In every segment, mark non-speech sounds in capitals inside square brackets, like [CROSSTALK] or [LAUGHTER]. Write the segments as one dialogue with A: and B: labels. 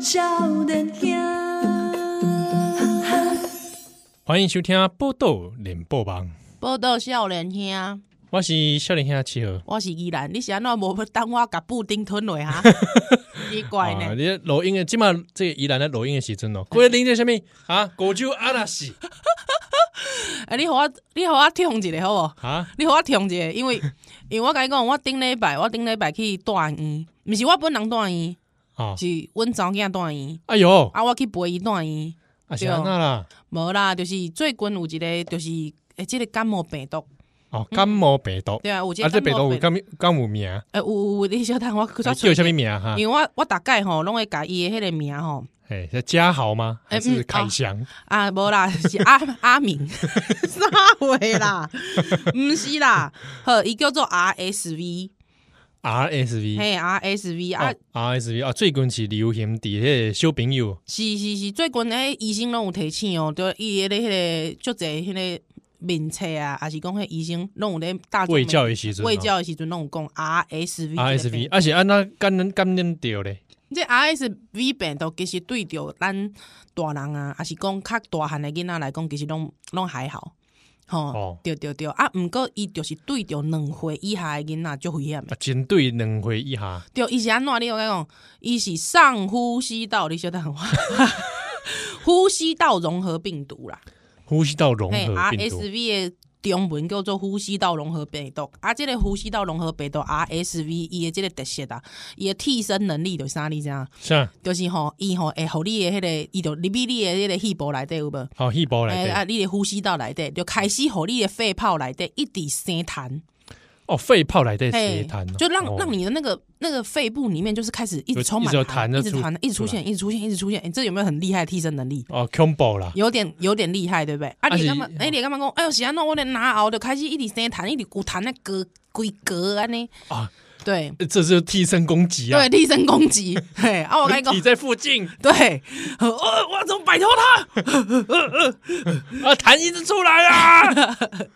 A: 少年兄，
B: 欢迎收听《波豆连播网》，
C: 报道少年兄，
B: 我是少年兄七号。
C: 我是依兰，你是安怎无要等我甲布丁吞落
B: [LAUGHS]
C: 哈？奇怪
B: 啊！
C: 呢，
B: 你录音的即马这个宜兰的录音的时阵哦，过来啉这什
C: [LAUGHS]
B: 么啊？果酒阿拉西哦
C: 啊，你互我，你互我听一个好无？
B: 啊？
C: 你互我听一个，因为 [LAUGHS] 因为我甲你讲，我顶礼拜，我顶礼拜去大医院，毋是我本人大医
B: 啊
C: 院，！是阮查某囝大医院，
B: 哎呦，
C: 啊，我去陪伊大医院，
B: 啊是安那啦？
C: 无啦，就是最近有一个，就是诶，即个感冒病毒，
B: 哦，感冒病毒，
C: 对啊，有即
B: 啊
C: 个
B: 这
C: 感
B: 病毒
C: 冒
B: 有
C: 病毒，
B: 敢敢有名？
C: 诶，有有有，你小等我去
B: 啊
C: 找
B: 叫
C: 找
B: 什么名哈？
C: 因为我我大概吼拢会甲伊的迄个名吼。
B: 哎，是嘉豪吗？还
C: 哎嗯
B: 是凯翔？
C: 啊，无啦，是
B: [LAUGHS]
C: 阿阿明，啥话啦？毋是啦，好，伊叫做 RSV，
B: RSV
C: 嘿，RSV 啊
B: 嗯哦，RSV 啊，最近是流行伫迄个小朋友
C: 是是是，最近迄医生拢有提醒哦，就伊迄个迄个足侪迄个名册啊，还是讲迄医生拢有咧大众
B: 喂教的时阵哦，
C: 卫教的时阵拢有讲 RSV 这个
B: RSV，
C: 病
B: 啊是安那感染感染着咧？
C: 这 RSV 病毒其实对着咱大人啊，还是讲较大汉的囡仔来讲，其实拢拢还好。吼、
B: 哦
C: 对对对，啊，毋过伊就是对着两岁以下的囡仔足危险的。
B: 啊，针对两回以下，
C: 对，伊是安怎你有甲讲，伊是上呼吸道，你晓得很话， [LAUGHS] 呼吸道融合病毒啦，
B: 呼吸道融
C: 嘿
B: 合病毒。
C: ，RSV 的中文叫做呼吸道融合病毒，啊，这个呼吸道融合病毒 RSV 伊的这个特色啊，伊的替身能力就是啥你知影？
B: 是啊，
C: 就是吼，伊吼会互你的迄、个，伊就入去你的迄个细胞内底有无？
B: 好哦细胞
C: 哎、
B: 来
C: 啊，
B: 的
C: 你的呼吸道内底就开始互你的肺泡内底一直生痰，
B: 哦，肺泡来的血
C: 嘿
B: 痰哦，
C: 就让、
B: 哦
C: 让你的那个那个肺部里面就是开始一
B: 就
C: 直充满
B: 一直有痰就
C: 一直
B: 出
C: 痰，一直出
B: 出来
C: 现，一直出现，一直出现。哎、这有没有很厉害的替身能力？
B: 哦 combo 啦，
C: 有点有点厉害，对不对？啊
B: 啊
C: 你
B: 是
C: 干嘛？哎、你干嘛讲？哎呦，是安那我的拿熬就开始一直生痰，一直骨痰那个规格安尼
B: 啊，
C: 对
B: 呃这就是替身攻击啊
C: 对，，替身攻击。嘿，啊，我跟
B: [LAUGHS]
C: 你讲
B: 你，在附
C: [LAUGHS]
B: 近
C: 对，呃，我怎么摆脱他？
B: 啊，痰一直出来
C: [LAUGHS]
B: 啊，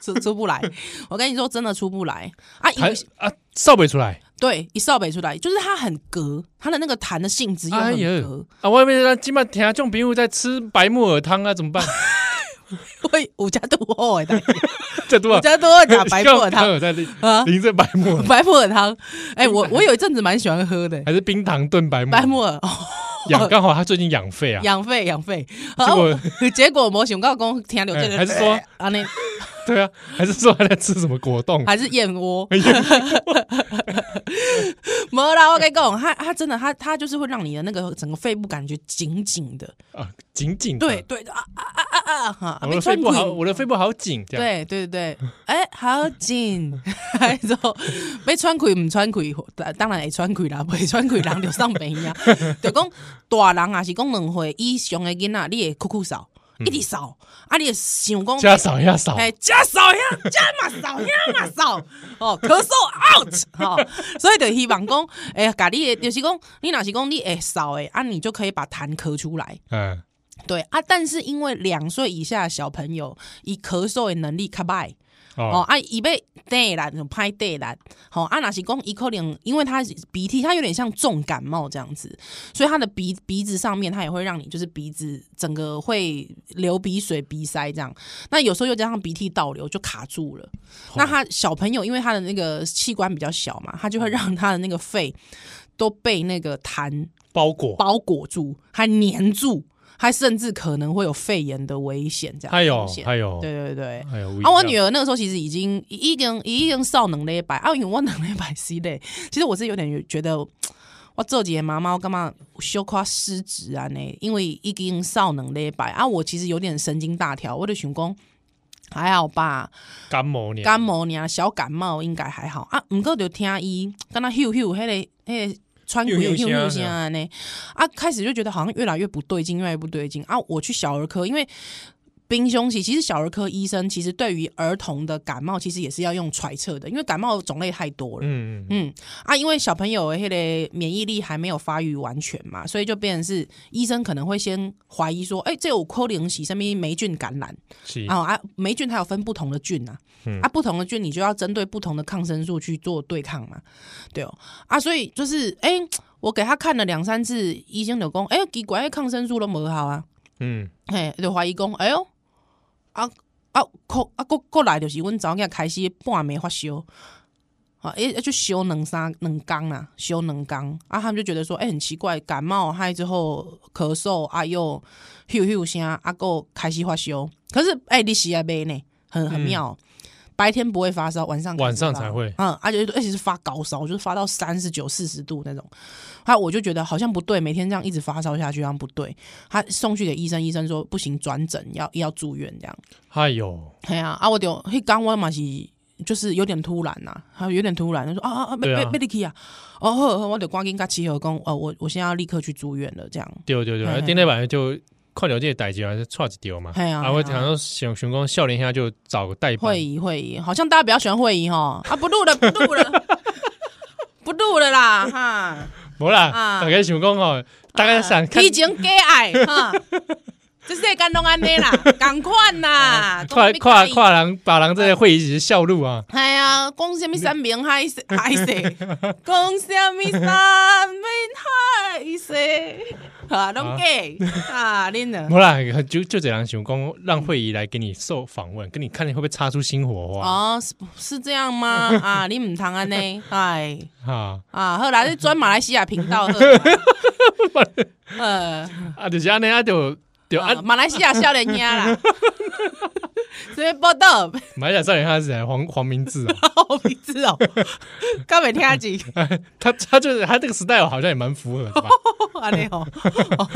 C: 出出不来。我跟你说，真的出不来啊！因为
B: 痰啊，扫不出来，
C: 对一扫北出来，就是它很隔，它的那个痰的性质又
B: 哎
C: 很
B: 呦
C: 隔，
B: 啊，外面那今晚听众朋友在吃白木耳汤啊，怎么
C: [LAUGHS]
B: 办？
C: 会五加多哦，
B: [LAUGHS]
C: 大家
B: 这多
C: 五
B: 少？
C: 加多
B: [LAUGHS]
C: 加白木耳汤
B: 有在淋
C: 啊，
B: 淋着白木耳，
C: 白木耳汤。哎，我我有一阵子蛮喜欢喝的
B: 还是冰糖炖白木耳？
C: 白木耳，哦
B: 养刚好他最近养肺
C: [LAUGHS]
B: 啊，
C: 养肺养肺。
B: 结
C: 啊
B: 果
C: 我结果没想到讲听到这
B: 哎
C: 个，
B: 还是说
C: 啊那
B: 对啊，还是说他在吃什么果冻？
C: [LAUGHS] 还是燕窝。
B: 哎
C: 没啦，我跟你讲，它它真的，它它就是会让你的那个整个肺部感觉紧紧的，
B: [LAUGHS] 啊，紧紧的
C: 对，对啊啊啊啊啊！哈，
B: 我
C: 被
B: 的哦肺
C: 穿
B: 部好，
C: 滚
B: 我的肺部好紧，这样
C: 对对对，哎、好紧， [LAUGHS] 还有被穿开唔穿开，当当然会穿开啦，袂穿开人就上病呀。
B: [LAUGHS]
C: 就讲大人啊是讲两岁以上的囡仔，你会酷酷扫，
B: 嗯
C: 一直扫，啊你会想讲，
B: 加少要少，
C: 哎，加扫呀，加嘛扫呀嘛扫，哦，咳嗽 out 哦，所以就希望讲，哎、欸，家你的就是讲，你若是讲你会扫诶，啊你就可以把痰咳出来。
B: 嗯，
C: 对啊，但是因为两岁以下的小朋友，伊咳嗽的能力较歹哦，
B: 哦，
C: 啊，伊被带啦，就拍带啦，好啊，若是讲伊可能因为他鼻涕，他有点像重感冒这样子，所以他的鼻鼻子上面，他也会让你就是鼻子整个会流鼻水、鼻塞这样。那有时候又加上鼻涕倒流，就卡住了。那他小朋友因为他的那个器官比较小嘛，他就会让他的那个肺都被那个痰
B: 包裹，
C: 包裹住，还粘住，还甚至可能会有肺炎的危险，这样
B: 还有
C: 出现
B: 还有，
C: 对对对。
B: 还哎有，
C: 啊，我女
B: 儿
C: 儿那个时候其实已经已经已经少能力百，啊，因为我能力百 C 类，其实我是有点觉得，我做姐妈妈我干嘛羞夸失职啊呢？因为已经少能力百，啊，我其实有点神经大条，我的想讲还好吧，
B: 感冒呢，
C: 感冒呢，小感冒应该还好啊。毋过就听伊，敢若咻咻，迄、个迄、个穿骨
B: 咻咻
C: 咻
B: 声
C: 咻声安尼啊，开始就觉得好像越来越不对劲，越来越不对劲啊。我去小儿科，因为冰胸期，其实小儿科医生其实对于儿童的感冒，其实也是要用揣测的，因为感冒种类太多了。
B: 嗯，嗯
C: 嗯啊，因为小朋友的迄个免疫力还没有发育完全嘛，所以就变成是医生可能会先怀疑说，哎、这有可能是什么霉菌感染。
B: 嗯，是，
C: 啊啊，霉菌它有分不同的菌啊，
B: 嗯
C: 啊，不同的菌你就要针对不同的抗生素去做对抗嘛，对哦，啊，所以就是哎、诶我我给他看了两三次，医生就讲，哎、奇怪，那抗生素都无效啊，
B: 嗯，
C: 嘿，就怀疑讲，哎哟，啊啊，过啊过过来就是阮查某囝开始半暝发烧，啊，诶、欸，就烧两三两工啦，烧两工，啊，他们就觉得说，哎、很奇怪，感冒害之后咳嗽，啊又咻咻声，啊个开始发烧，可是哎、欸，你是也没呢，很很妙哦、白天不会发烧，晚上开始
B: 晚上
C: 发
B: 才会
C: 嗯，而且而且是发高烧，就是发到三十九、四十度那种。还有我就觉得好像不对，每天这样一直发烧下去，好像不对。他送去给医生，医生说不行，转诊要要住院这样。
B: 哎呦，
C: 哎呀、啊，啊，我就迄刚我嘛是就是有点突然呐、啊，有点突然，他说啊啊啊，被
B: 对啊
C: 被被你去啊，哦呵呵，我得赶紧跟七和讲，哦，我我现在要立刻去住院了这样。
B: 对对对，
C: 嘿嘿
B: 啊顶礼拜就看了这个代志还是错一条嘛，
C: 嘿啊
B: 啊，我
C: 嘿啊
B: 想说想想讲少年下就找个代班
C: 会，议会议，好像大家比较喜欢会议哈。啊，不录了不录了 [LAUGHS] 不录了啦哈。
B: 无啦，
C: 啊
B: 大家想讲吼，大家想看
C: 以前假
B: [LAUGHS]
C: 爱哈，这世间拢安尼啦，共款啦，
B: 跨跨
C: 快！
B: 跨人把人这个会议室笑路啊，
C: 哎呀，讲什么三明
B: [LAUGHS]
C: 海色海色，讲什么三明海色， [LAUGHS] 啊，拢假啊，恁呢？
B: 无啦，就就这人想讲让会议来给你受访问，跟你看你会不会擦出新火花
C: 哦，是是这样吗？啊，你唔通安尼，哎，
B: 啊
C: 啊，好啦，你转马来西亚频
B: [LAUGHS]
C: 道好啦，呃。
B: 啊，就是安尼啊，就就啊
C: 啊，，马来西亚少年兄
B: [LAUGHS]
C: 啦，这边报道，
B: 马来西亚少年他是谁黄黄明志啊，
C: [LAUGHS] 我不知道，刚没听见，
B: 他他就是他这个时代哦好像也蛮符合的
C: [LAUGHS]
B: 吧，
C: 安尼
B: [LAUGHS]
C: 哦，哦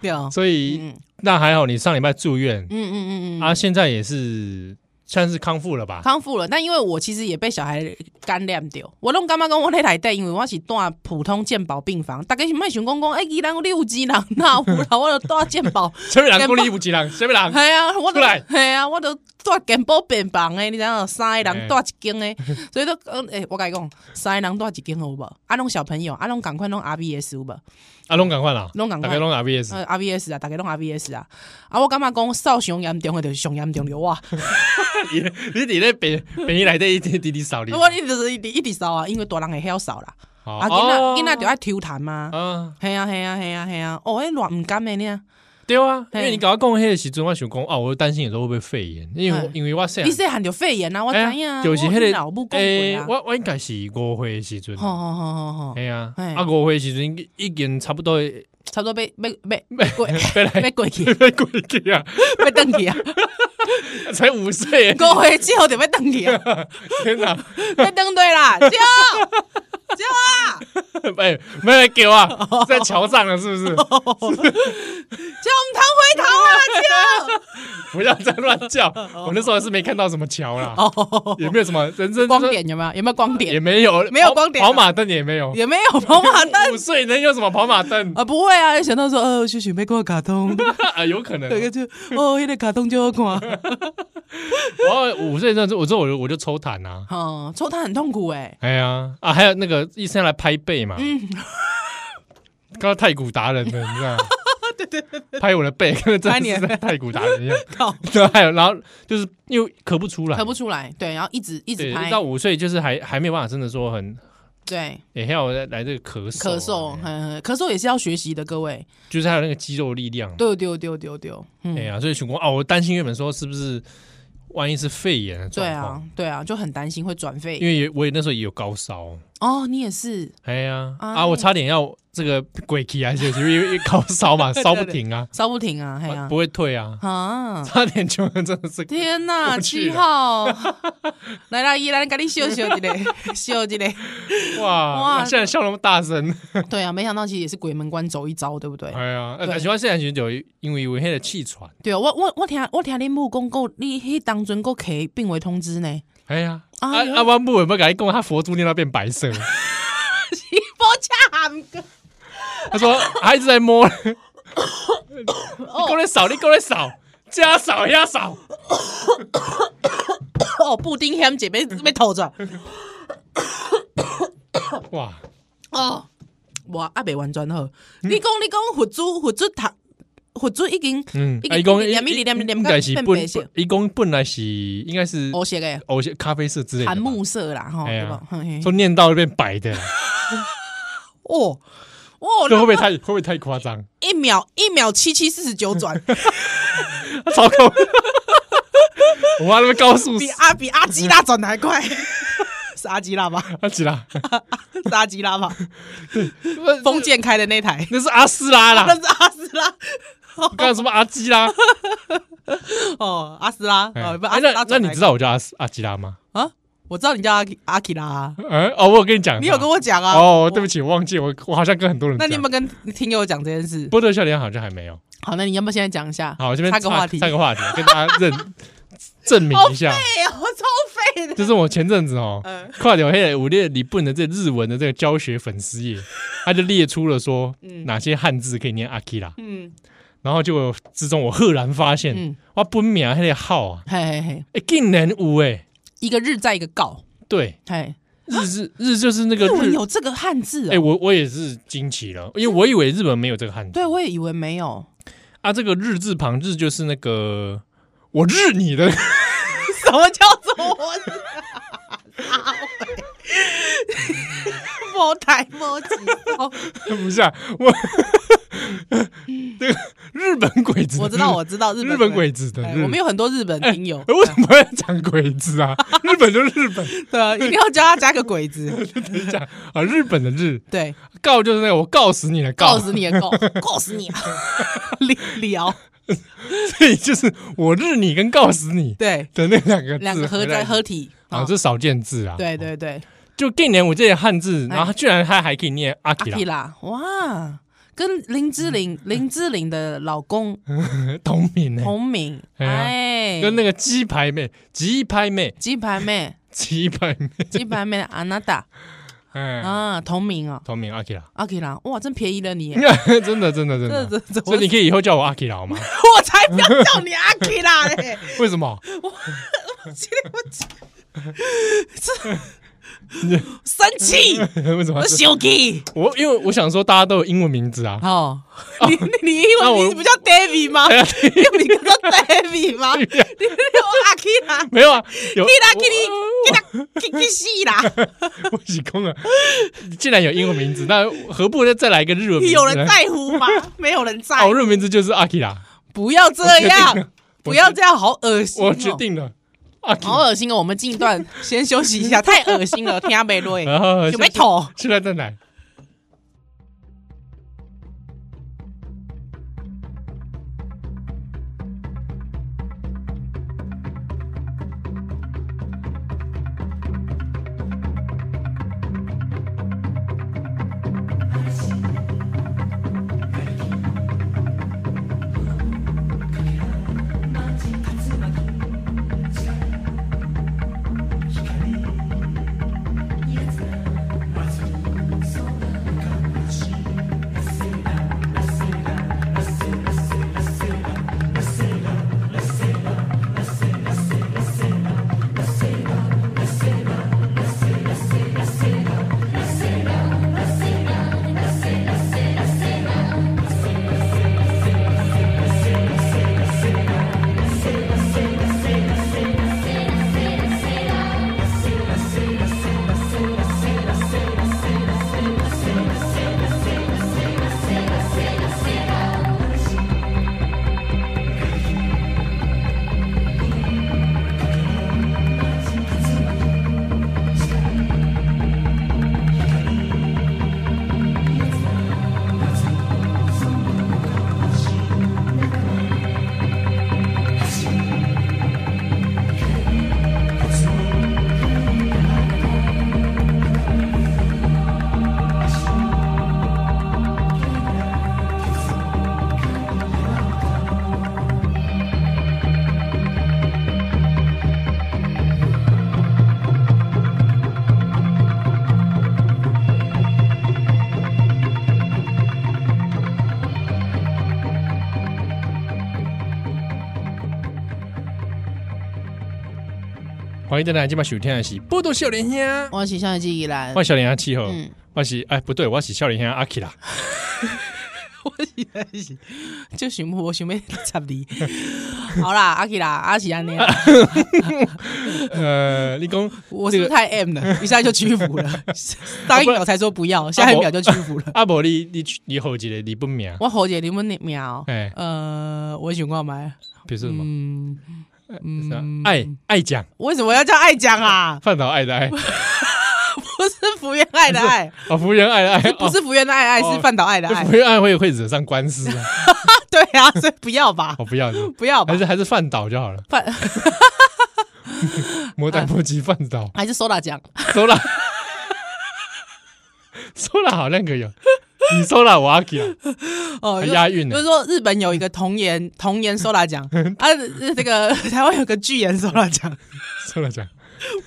C: 对哦，
B: 所以
C: 嗯
B: 那还好，你上礼拜住院
C: 嗯嗯嗯嗯，
B: 啊，现在也是算是康复了吧？
C: 康复了。但因为我其实也被小孩感染掉，我拢感觉讲我咧内底，因为我是住普通健保病房，大家是莫想讲讲，哎，伊人你有钱人那有啦，我就住健
B: [LAUGHS]
C: 保，
B: 什么人孤立不及人，什么人
C: 系啊，我
B: 出
C: 都
B: 来
C: 系啊，我都住健保病房诶，你知影三个
B: 嘿
C: 人住一间诶，所以都呃诶、我甲你讲，三个人住一间好无？啊，拢小朋友，啊，拢赶快拢 RBS 有无？
B: 啊，拢赶快啦，
C: 拢赶
B: 大
C: 快
B: 概。拢 RBS，
C: 呃，RVS 啊，大家拢 RVS 啊，啊，我感觉讲少上严重的就是上严重的我，
B: 你你你咧北北一来的一滴滴滴扫你，
C: 啊 [LAUGHS] 我一直一直一直扫啊，因为大人会晓扫啦，
B: 好
C: 啊，囡仔
B: 啊哦
C: 囡仔就爱抽痰嘛，
B: 啊。
C: 系啊系啊系啊系啊，哦，迄乱毋甘的呢，
B: 对啊，因
C: 嘿
B: 为你搞到讲迄个时阵，我想讲啊，我担心有时候会不会肺炎，因为我
C: 嗯
B: 因为我想
C: 你，细汉就肺炎啊，我知影啊，
B: 哎就是
C: 迄
B: 迄
C: 老母
B: 个，哎
C: 讲过啊，哦
B: 我我应该是五岁的时阵，
C: 吼吼吼吼吼，
B: 哎呀，
C: 嘿
B: 啊五岁的时阵已经差不多会
C: 差不多要要要过
B: 要来
C: 要过
B: [LAUGHS]
C: 去，
B: 要过去啊，
C: 要登去啊，
B: 才五岁，
C: 五岁之后就要登去啊，
B: 天哪，
C: 要登对啦，叫叫啊
B: 哎，没来给啊，在桥上了是不是？
C: 叫我们唐回头啊叫。
B: [LAUGHS] 不要再乱叫，我那时候是没看到什么桥啦，
C: 哦，
B: 也没有什么人生
C: 光点有没有？有没有光
B: 也
C: 点？
B: 没有，
C: 没有
B: 跑
C: 光点啊
B: 跑马灯也没有，
C: 也没有跑马灯
B: 五岁能有什么跑马灯
C: [LAUGHS]
B: [LAUGHS]
C: 啊，不会啊！想到说，呃，去准备看卡 [LAUGHS] 通，
B: 啊？有可能哦。
C: 对，就哦，那个卡通就好看。
B: 然后五岁那时候，我说我就我就抽痰啊，
C: [LAUGHS] 哦，抽他很痛苦 [LAUGHS] 哎，
B: 哎呀啊，还有那个医生来拍背嘛，嗯，刚刚太古达人的，你知
C: [LAUGHS]
B: 道吗？对对对，拍我的背，跟真
C: 拍
B: 的
C: 你
B: 是
C: 的
B: 在太古达人一样。
C: 靠，
B: 对，还有然后就是因为咳不出来，
C: 咳不出来，对，然后一直一直
B: 对，
C: 拍，
B: 到五岁就是还还没有办法真的说很，
C: 对，
B: 也还有来来这个咳嗽啊，
C: 咳嗽，嗯，咳嗽也是要学习的，各位，
B: 就是还有那个肌肉力量，
C: 丢丢丢丢丢，
B: 哎
C: 嗯，
B: 呀，所以熊光哦，我担心原本说是不是万一是肺炎的
C: 对
B: 状
C: 啊
B: 况，，
C: 对啊，就很担心会转
B: 因
C: 肺。
B: 为也我也那时候也有高烧，
C: 哦，你也是
B: 哎呀
C: 啊
B: 啊，我差点要这个鬼气啊，就是因为因为高烧
C: [LAUGHS]
B: 嘛，烧不停啊，
C: 烧不停啊，嘿呀
B: 不，会退啊，
C: 啊，
B: 差点就真的是
C: 天呐，
B: 过去啊
C: 七
B: 了
C: 号， [LAUGHS] 来啦，依兰，赶紧笑笑一个，笑一个。
B: 哇
C: 哇
B: 哇，现在笑那么大声，
C: 对啊，没想到其实也是鬼门关走一遭，对不对？
B: 哎呀，
C: 对
B: 而且我现在就有因为我那个气喘，
C: 对啊，我我我听我听恁母讲过，你迄当阵个摕病危
B: [LAUGHS]
C: 通知呢，
B: 哎呀，啊
C: 哎呦
B: 啊，弯木有没有跟他讲他佛珠念到变白色？
C: 无恰
B: 他说 [LAUGHS] 他一直在摸，你过来扫，你过来扫，加扫加扫，
C: 哦，布丁香姐妹被吐
B: [LAUGHS]
C: 出来
B: 哇，
C: 哦，我阿未完全好。
B: 嗯
C: 你讲你讲佛珠佛珠读佛珠已经
B: 嗯
C: 已，经
B: 啊伊讲
C: 念念念念
B: 应该是
C: 变
B: 本
C: 白色，
B: 伊讲本来是应该是
C: 乌色诶，
B: 哦，咖啡色之类的吧，
C: 哦 [LAUGHS] 含暮色啦吼，
B: 哎
C: 对
B: 呀
C: 吧？嘿嘿
B: 说念到变白的，
C: 哦哦，
B: [LAUGHS] 这会不会太会不会太夸张？
C: 一秒一秒七七四十九
B: 嗯
C: [LAUGHS] 转，
B: 他操控， [LAUGHS] 我妈那边高速
C: [LAUGHS] 比阿比阿基拉转的
B: [LAUGHS]
C: 还快，是阿基拉吧？
B: 阿吉拉，
C: 是阿基拉吧？封建开的那台，
B: [LAUGHS] 那是阿斯拉
C: [LAUGHS] 那
B: 啦，
C: 是阿斯拉
B: 我刚才什么阿基
C: [LAUGHS]
B: 拉？
C: 哦，阿斯拉
B: 哎
C: 哦，不，阿
B: 哎
C: 斯
B: 那
C: 拉
B: 那
C: 转得
B: 你
C: 还
B: 知道我叫阿斯阿吉拉吗？
C: 快啊？我知道你叫阿基阿基拉啊，
B: 嗯，哦，我有跟你讲，
C: 你有跟我讲啊？
B: 哦，对不起，我忘记我我好像跟很多人
C: 那
B: 讲。
C: 你有没有跟听友讲这件事？
B: 波特笑脸好像还没有。
C: 好，那你要不要现在讲一下？
B: 好，我这边
C: 插个
B: 岔
C: 话题。
B: 插个话题，跟大家认 [LAUGHS] 证明一下，
C: 哎 [LAUGHS] 呀，我超废的。
B: 就是我前阵子哦，
C: 嗯
B: 跨掉黑五列里本的这日文的这个教学粉丝页，他就列出了说
C: 嗯
B: 哪些汉字可以念阿基拉，
C: 嗯
B: 然后结果之中我赫然发现，
C: 嗯，
B: 哇，本名那个号啊，
C: 嘿嘿嘿，
B: 哎，竟然有哎，
C: 一个日在一个告，
B: 对，
C: 嘿，
B: 日日日就是那个
C: 啊日文
B: 日，
C: 有这个汉字
B: 哎，
C: 哦。
B: 我我也是惊奇了，因为我以为日本没有这个汉字
C: 对，我也以为没有。
B: [LAUGHS] 啊，这个日字旁日就是那个我日你的， [LAUGHS]
C: 什么叫做我？摸台摸几刀，
B: 不是啊，我 [LAUGHS] 这个日本鬼子的日，
C: 嗯我知道，我知道日
B: 日
C: 本
B: 本鬼子的
C: 哎
B: 日，
C: 我们有很多日本听友，
B: 哎为什么要讲鬼子啊？ [LAUGHS] 日本就日本， [LAUGHS]
C: 对 [LAUGHS] 啊，一定要叫他加个鬼 [LAUGHS] 字，
B: 等一下啊，日本的日
C: 对，
B: 告就是那个我告死你了，
C: 告
B: [LAUGHS]
C: 死你的 [LAUGHS] 告，告死你啊，李李敖，
B: 所以就是我日你跟告死你
C: 对，
B: 的那两个字
C: 两个合在合体，
B: 啊，
C: 哦
B: 这少见字啊。
C: 对
B: 哦，
C: 对对，
B: 就近年我这些汉字，然后居然他还可以念阿
C: 阿
B: 基
C: 皮嗯
B: 拉
C: 拉，哇，跟林志玲，林志玲的老公
B: 同名呢，
C: 同名，
B: 哎呀
C: [LAUGHS] 哎，
B: 跟那个
C: 个
B: 鸡排妹、鸡排妹、
C: 鸡排 [LAUGHS] 妹，
B: 鸡排妹，
C: 鸡排妹的安娜达
B: 哎，
C: 啊，同名哦。
B: 同名阿基拉，
C: 阿 K 啦，哇，真便宜了你耶！
B: [LAUGHS] 真的真的真
C: 这
B: 的。
C: 这这，
B: 所以你可以以后叫我阿基老吗？
C: [LAUGHS] 我才不要叫你阿 K [LAUGHS] 啦哎嘞！
B: 为什么？ [LAUGHS]
C: 今天我 [LAUGHS] 这生气，
B: 为什么
C: 我？生气。
B: 我因为我想说大家都有英文名字啊，
C: 哦，你你你
B: 那
C: 英
B: 我
C: 文名不叫 David 吗？
B: 哎呀哎
C: 你英文名叫 David 吗？你你我阿 K 啦，
B: 没有啊，有
C: 你啦，给你给他给给死
B: [LAUGHS]
C: 啦！
B: 我我起空了。既然有英文名字，那何不再来一个日文名字呢？
C: 有人在乎吗？没有人在
B: 哦，
C: 乎，
B: 日文名字就是阿基拉，
C: 不要这
B: 我决定
C: 样
B: 了，
C: 不要这样，好恶心哦！
B: 我决定了，阿基。
C: 好恶心哦！我们进一
B: [LAUGHS]
C: 段，先休息一下，太恶心了，听阿贝瑞
B: 然后
C: 准备吐。
B: 现在在哪？欢迎再来，今晚收听的是《波多笑莲香》，
C: 我是小姐依兰
B: 我，是笑莲香气候，
C: 嗯 [LAUGHS]
B: 我是哎不对，我是笑莲香阿基拉。
C: 我是是就想我想要插你。好啦，阿 K 啦，阿喜安尼，
B: 呃，立功
C: 我是不是太 M 了，一下就屈服 [LAUGHS] 了。上一秒才说不要，下一秒就屈服了。
B: 阿伯，你你你好一个你本名，
C: [LAUGHS] 我侯姐，你们那秒，
B: 哎，
C: 呃，我想看麦，
B: 比如说什么？
C: 嗯，
B: 是吧爱爱讲，
C: 为什么要叫爱讲啊？ [LAUGHS]
B: 范岛爱的爱，
C: 不是福原爱的爱，
B: 哦，福原爱的爱，
C: 不是福原的爱爱，
B: 哦
C: 是饭岛爱的
B: 哦
C: 爱
B: 福。原爱会会惹上官司啊，
C: [LAUGHS] 对啊，所以不要吧
B: 我，不要，
C: [LAUGHS] 不要吧
B: 还，是还是范岛就好了，
C: 饭，
B: 摩丹波及范岛
C: [LAUGHS] 还是收大奖。
B: 收 [LAUGHS] 了，收了，好像可以哦，你收了我阿 K 啊，
C: 哦，
B: 还
C: 就
B: 押韵呢
C: 就是说，日本有一个童颜童颜收 [LAUGHS] 拉奖啊，这个 [LAUGHS] 台湾有个巨颜收拉奖， [LAUGHS]
B: 收了讲，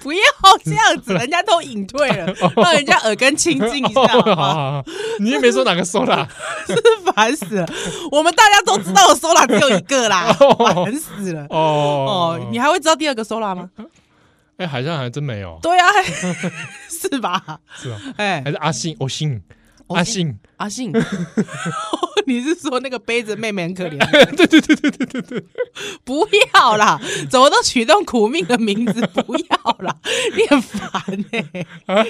C: 不要这样 [LAUGHS] 子，人家都隐退了，让人家耳根清净一
B: 哦
C: 下，
B: [LAUGHS] 好
C: 好 [LAUGHS] 不
B: 好
C: 哦好
B: 好，你也没说哪个收了，
C: 真 [LAUGHS] 烦死了！我们大家都知道收拉只有一个
B: [LAUGHS]
C: 啦，
B: 哦
C: 烦死了。
B: 哦
C: 哦，，你还会知道第二个收
B: [LAUGHS]
C: 拉吗？
B: 哎，好像还真没有，
C: 对啊，还 [LAUGHS] 是吧？
B: 是吧？
C: 哎
B: 还，是阿信，我信，
C: 我信
B: 阿信，
C: 阿信， [LAUGHS] 你是说那个背着妹妹很可怜？
B: [LAUGHS] 对对对对对对对，
C: 不要啦，怎么都取这种苦命的名字？ [LAUGHS] 不要啦，你很烦
B: [LAUGHS]
C: 哎、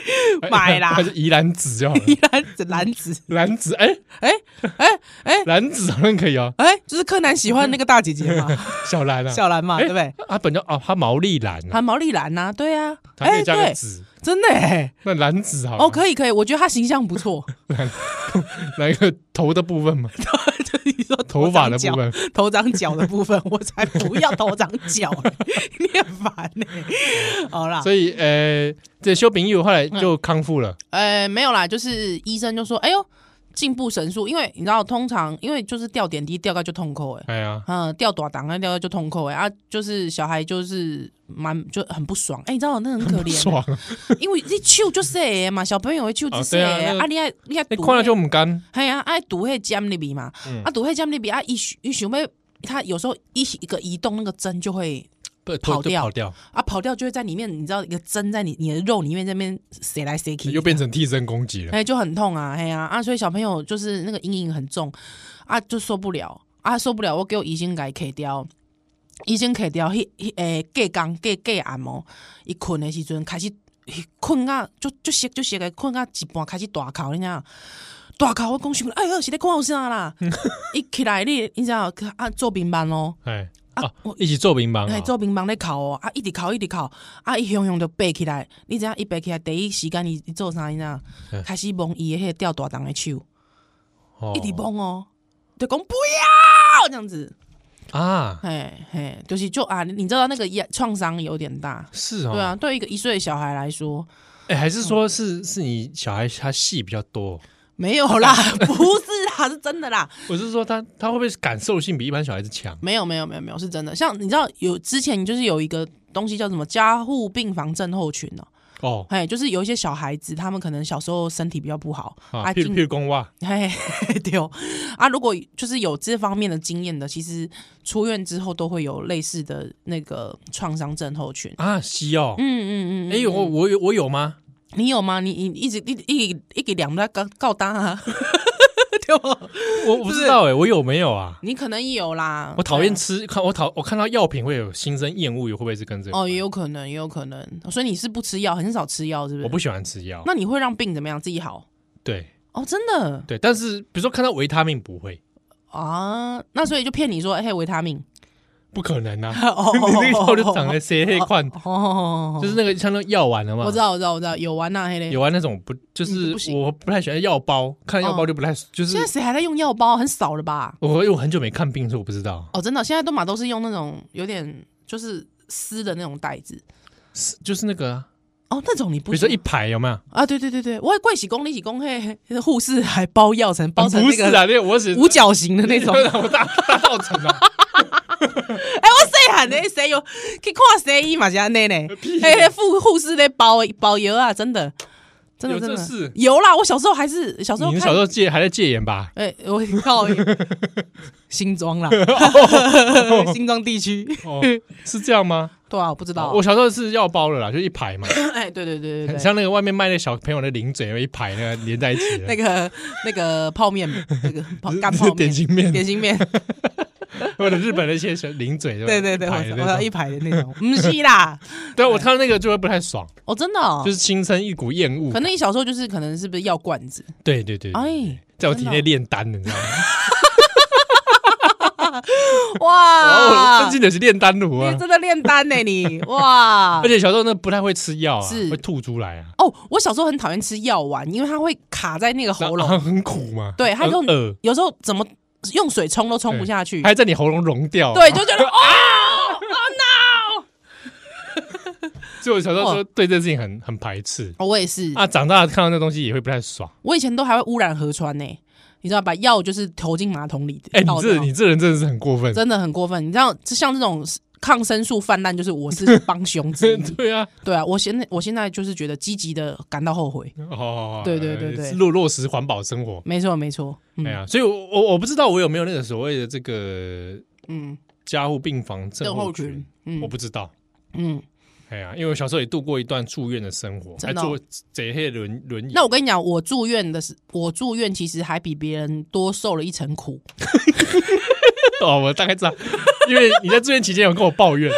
C: 买啦
B: 还是宜兰子就好了，
C: 依然子蓝子，
B: 兰子，哎
C: 哎哎哎
B: 兰子好像可以哦，
C: 哎，就是柯南喜欢那个大
B: [LAUGHS]
C: 姐姐嘛，
B: 小兰啊，
C: 小兰嘛，
B: 哎
C: 对不对？
B: 他本叫哦，他毛利兰啊，
C: 还毛利兰呐，对啊，
B: 他可
C: 哎
B: 以加个
C: 对，
B: 子，
C: 真的哎，
B: 那兰子好了
C: 哦，可以可以，我觉得她形象不
B: [LAUGHS]
C: 错， [LAUGHS]
B: 来一个头的部分嘛，
C: 就你说
B: 头发的部分，
C: 分、 [LAUGHS] 头长角的部分，我才不要头长角嘞，你很烦呢。好啦，
B: 所以呃，这修炳佑后来
C: 嗯
B: 就康复了，
C: 呃，没有啦，就是医生就说，哎呦，进步神速，因为你知道，通常因为就是吊点滴吊到就痛扣哎、
B: 哎呀，
C: 嗯，吊短档啊，吊到就痛扣哎、啊，就是小孩就是蛮就很不爽，哎、你知道那很可怜、
B: 爽啊，
C: 因为你手就是会的嘛，小朋友会手就是会
B: 哦对啊那
C: 的
B: 个
C: 啊，你爱你爱
B: 你
C: 读，
B: 看了就唔甘，
C: 系啊，爱读迄尖里边嘛
B: 嗯，
C: 啊读迄尖里边啊，一一想要他有时候一一个移动那个针就会
B: 不
C: 跑
B: 就
C: 掉
B: 跑掉，
C: 啊跑掉，就会在里面，你知道一个针在你你的肉里面这边塞来塞去，
B: 又变成替身攻击了，
C: 哎、就很痛啊，哎呀啊所以小朋友就是那个阴影很重啊，就受不了啊，受不了，我给我医生给开掉，医生开掉，迄迄诶隔工隔隔暗哦，伊困的时阵开始困啊，就就熟就熟个困啊一半开始大哭，你知影。大哭，我讲想，哎呦，是咧看有啥啦？伊起来你，你知道啊？做乒乓咯，
B: 哎，
C: 啊
B: 啊，一起做乒乓
C: 哎，
B: 啊，
C: 做乒乓咧哭哦，啊，一直哭一直哭，啊，伊雄雄就爬起来，你知影伊爬起来第一时间伊伊做啥？你知影
B: 嗯
C: 开始摸伊的迄个吊大肠的手，
B: 哦
C: 一直蹦哦，就讲不要这样子，
B: 啊，
C: 嘿嘿，就是就啊，你你知道那个压创伤有点大，
B: 是哦，
C: 对啊，，嗯对一个一岁的小孩来说
B: 哎，还是说是是你小孩他戏比较多，
C: 没有
B: [LAUGHS]
C: 啦，不是啦，是真的啦，
B: 我是说他他会不会感受性比一般小孩子强？
C: 没有没有没有没有是真的，像你知道有之前就是有一个东西叫什么加护病房症候群哦、
B: 哦，
C: 嘿，就是有一些小孩子他们可能小时候身体比较不好
B: 啊，譬如
C: 经
B: 譬如公袜，
C: 嘿， [LAUGHS] 嘿对哦，啊，如果就是有这方面的经验的，其实出院之后都会有类似的那个创伤症候群。
B: 啊，西哦，
C: 嗯嗯嗯，
B: 哎，我我有我有吗？
C: 你有吗？你你一直一直一直一直两在告告单啊， [LAUGHS] 对哦，
B: 我我不知道哎、我有没有啊？
C: 你可能有啦。
B: 我讨厌吃，看我讨我看到药品会有心生厌恶，会不会是跟这
C: 对
B: 个？
C: 啊哦，也，有可能，也有可能。所以你是不吃药，很少吃药，是不是？
B: 我不喜欢吃药。
C: 那你会让病怎么样？自己好？
B: 对
C: 哦，真的
B: 对，但是比如说看到维他命不会，
C: 啊？那所以就骗你说，哎、嘿维他命。
B: 不可能啊！
C: 哦
B: [LAUGHS] 你那个药就长得谁黑款，
C: 哦哦，
B: 就是那个像那种药丸了嘛。
C: 我知道，我知道，我知道，有玩呐、黑嘞。
B: 有啊，那种不就
C: 嗯
B: 是
C: 不行
B: 我不太喜欢药包，看药包就不太就是
C: 现在谁还在用药包？很少了吧？
B: 我因为我很久没看病，所以我不知道，
C: 哦，真的，现在都嘛都是用那种有点就是丝的那种袋子。
B: 是就是那个啊，
C: 哦，那种你
B: 比
C: 不
B: 如说
C: 行
B: 一排有没有？
C: 啊？对对对对，我贵喜公、利喜公，嘿，护士还包药成包成
B: 不
C: 那
B: 是
C: 个
B: 啊，那个我只
C: 五角形
B: [LAUGHS]
C: 的那种。哎、
B: 我大大造成啊，
C: 我细汉的谁有去看西医嘛？是安尼呢？嘿，护护士咧包包药啊，真的，真的
B: 有
C: 真
B: 这
C: 的
B: 事
C: 有啦。我小时候还是小时候
B: 你
C: 看
B: 们小时候戒还在戒严吧？
C: 哎、我
B: [LAUGHS]
C: 靠， [LAUGHS] 新庄啦，新庄地区
B: 哦，是这样吗？
C: 对啊，我不知道啊。
B: 我小时候是药包了啦，就一排嘛，
C: 哎，对对对对
B: 很
C: 对，
B: 像那个外面卖那小朋友的零嘴，有一排那个连在一起的。
C: 那个那个泡面，那
B: [LAUGHS]
C: 个泡干泡面，
B: 点心面，
C: 点心面，
B: 或者日本的一些小零嘴，就
C: 对对对，
B: 一
C: 我
B: 排的
C: 我要
B: 那
C: 一
B: 种。
C: 排的那种，不是啦，
B: 对我看到那个就会不太爽，
C: 哦，真的哦
B: 就，是心生一股厌恶
C: 可。能你小时候就是可能是不是药罐子？
B: 对对对，对
C: 哎，
B: 在我体内
C: 真
B: 炼丹，你知道吗？哇，我
C: 哇
B: 最，近的是炼丹炉啊
C: 啊你，真的炼丹呢
B: [LAUGHS]
C: 你，哇
B: 而！且小时候那不太会吃药啊，
C: 是
B: 会吐出来啊，
C: 哦，我小时候很讨厌吃药丸，因为它会卡在那个喉
B: 然 [LAUGHS]
C: 咙，
B: 后很苦嘛，
C: 对它
B: 很
C: 用
B: 恶，
C: 有时候怎么用水冲都冲不下去，
B: 还在你喉咙溶掉，啊
C: 对，就觉得哦，
B: [LAUGHS]
C: ，Oh
B: 所以我小时候说对这事情很很排斥
C: 我也哦是，
B: 啊，长大看到那东西也会不太爽。
C: 我以前都还会污染河川呢、你知道把药就是投进马桶里，
B: 哎，你
C: 倒掉
B: 这你这人真的是很过分，
C: [LAUGHS] 真的很过分。你知道，就像这种抗生素泛滥，就是我是帮凶之一。
B: [LAUGHS] 对啊，
C: 对啊，我现在我现在就是觉得积极的感到后悔。
B: 哦，
C: 对对对对
B: 落落实环保生活，
C: 没错，没错。嗯、
B: 哎呀，所以我我我不知道我有没有那个所谓的这个
C: 嗯，
B: 加护病房症
C: 症
B: 候
C: 候
B: 群
C: 群，，
B: 我
C: 嗯
B: 不知道。
C: 嗯。
B: 哎呀，因为我小时候也度过一段住院的生活，还
C: 真的哦
B: 坐贼黑轮轮椅。
C: 那我跟你讲，我住院的是，我住院其实还比别人多受了一层苦。
B: [LAUGHS] 哦，我大概知道，因为你在住院期间有跟我抱
C: [LAUGHS]
B: 怨，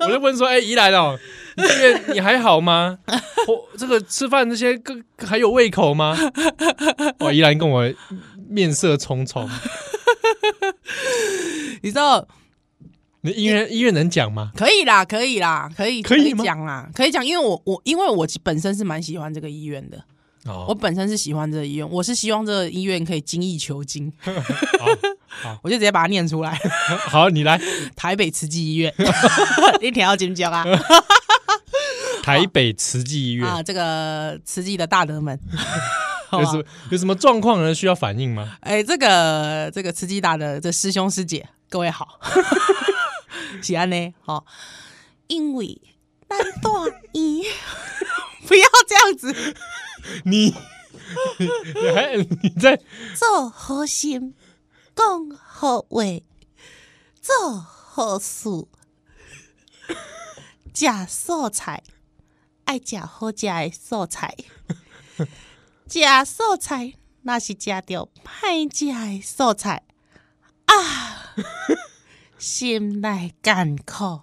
B: 我就问说：“哎、宜兰哦，你住院你还好
C: [LAUGHS]
B: 吗？我这个吃饭这些更还有胃口
C: [LAUGHS]
B: 吗？”哦，宜兰跟我面色匆匆，
C: 你知道，
B: 你医院医院能讲吗？
C: 可以啦，可以啦，可以
B: 可以吗
C: 讲啦，可以讲，因为我我因为我本身是蛮喜欢这个医院的，我
B: 哦，
C: 本身是喜欢这个医院，我是希望这个医院可以精益
B: [LAUGHS]
C: 求精，
B: 好
C: [LAUGHS] 我就直接把它念出来。
B: 好，你来
C: 台北慈济医
B: [LAUGHS]
C: 院，一条金椒啊
B: 台北慈济医院，
C: 啊！这个慈济的大
B: [LAUGHS]
C: 德们，好啊
B: 有
C: 吧
B: 什？么有什么状况呢？需要反应吗？
C: 哎，这个这个慈济大的这师兄师姐，各位好， [LAUGHS] 喜安呢？好，因为咱大医， [LAUGHS] 不要这样子
B: 你 [LAUGHS] 你还你在
C: 做好心，讲好话，做好事，食素菜，爱食好食的素菜，食素菜若是食着歹食的素菜啊，心内艰苦。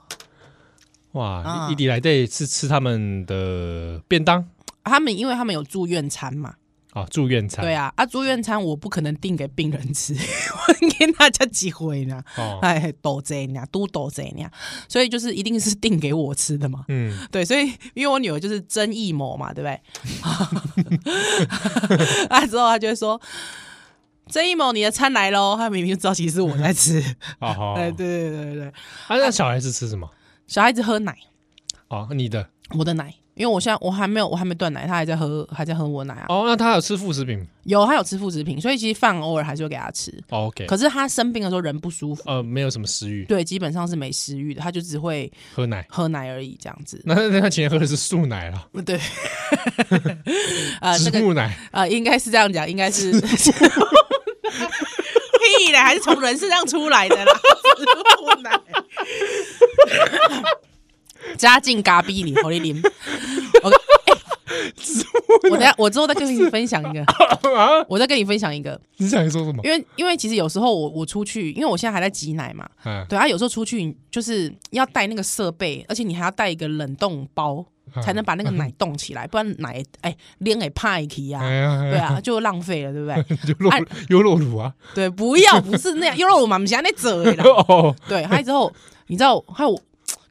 B: 哇，
C: 啊
B: 异地来对是吃他们的便当
C: 他们因为他们有住院餐嘛，
B: 啊，住院餐
C: 对啊，啊住院餐我不可能订给病人吃， [LAUGHS] 我给大家机会呢，
B: 哦，
C: 哎，多这呢，都多这呢，所以就是一定是订给我吃的嘛。
B: 嗯，
C: [LAUGHS] 对，所以因为我女儿就是曾义谋嘛，对不对？ [LAUGHS] 啊，之后她就会说：“曾义谋，你的餐来喽！”她明明就知道其实是我在吃。
B: [LAUGHS] 哦好，
C: 哎，对对对对对，
B: 啊，那小孩子吃什么？
C: 小孩子喝奶，
B: 哦，你的
C: 我的奶，因为我现在我还没有我还没断奶，她还在喝还在喝我奶啊。
B: 哦，那他有吃副食品
C: 有，她有吃副食品，所以其实饭偶尔还是会给她吃。
B: 哦？OK，
C: 可是她生病的时候人不舒服，
B: 呃，没有什么食欲，
C: 对，基本上是没食欲的，她就只会
B: 喝奶。 [LAUGHS]
C: 喝奶而已这样子。
B: 那那他前天喝的是素奶了，
C: [LAUGHS] 对，呃，
B: 植
C: 这个
B: 物奶， [LAUGHS]
C: 啊，应该是这样讲，应该是 [LAUGHS] 屁嘞，还是从人身上出来的啦， [LAUGHS] 植物奶。加进咖喱里，好你啉。我、欸、我等下我之后再跟你分享一个，我再跟你分享一个，
B: 啊你想说什么？
C: 因为因为其实有时候我我出去，因为我现在还在挤奶嘛，
B: 嗯，
C: 对啊，有时候出去就是要带那个设备，而且你还要带一个冷冻包，才能把那个奶冻起来，不然奶哎连给派去呀。
B: 哎呀，
C: 对啊，就浪费了，对不对？
B: 就落优酪乳啊，
C: 对，不要不是那样，又让我妈妈想那折
B: [LAUGHS]
C: 啦。
B: 哦，
C: 对，啊还有之后你知道，还有，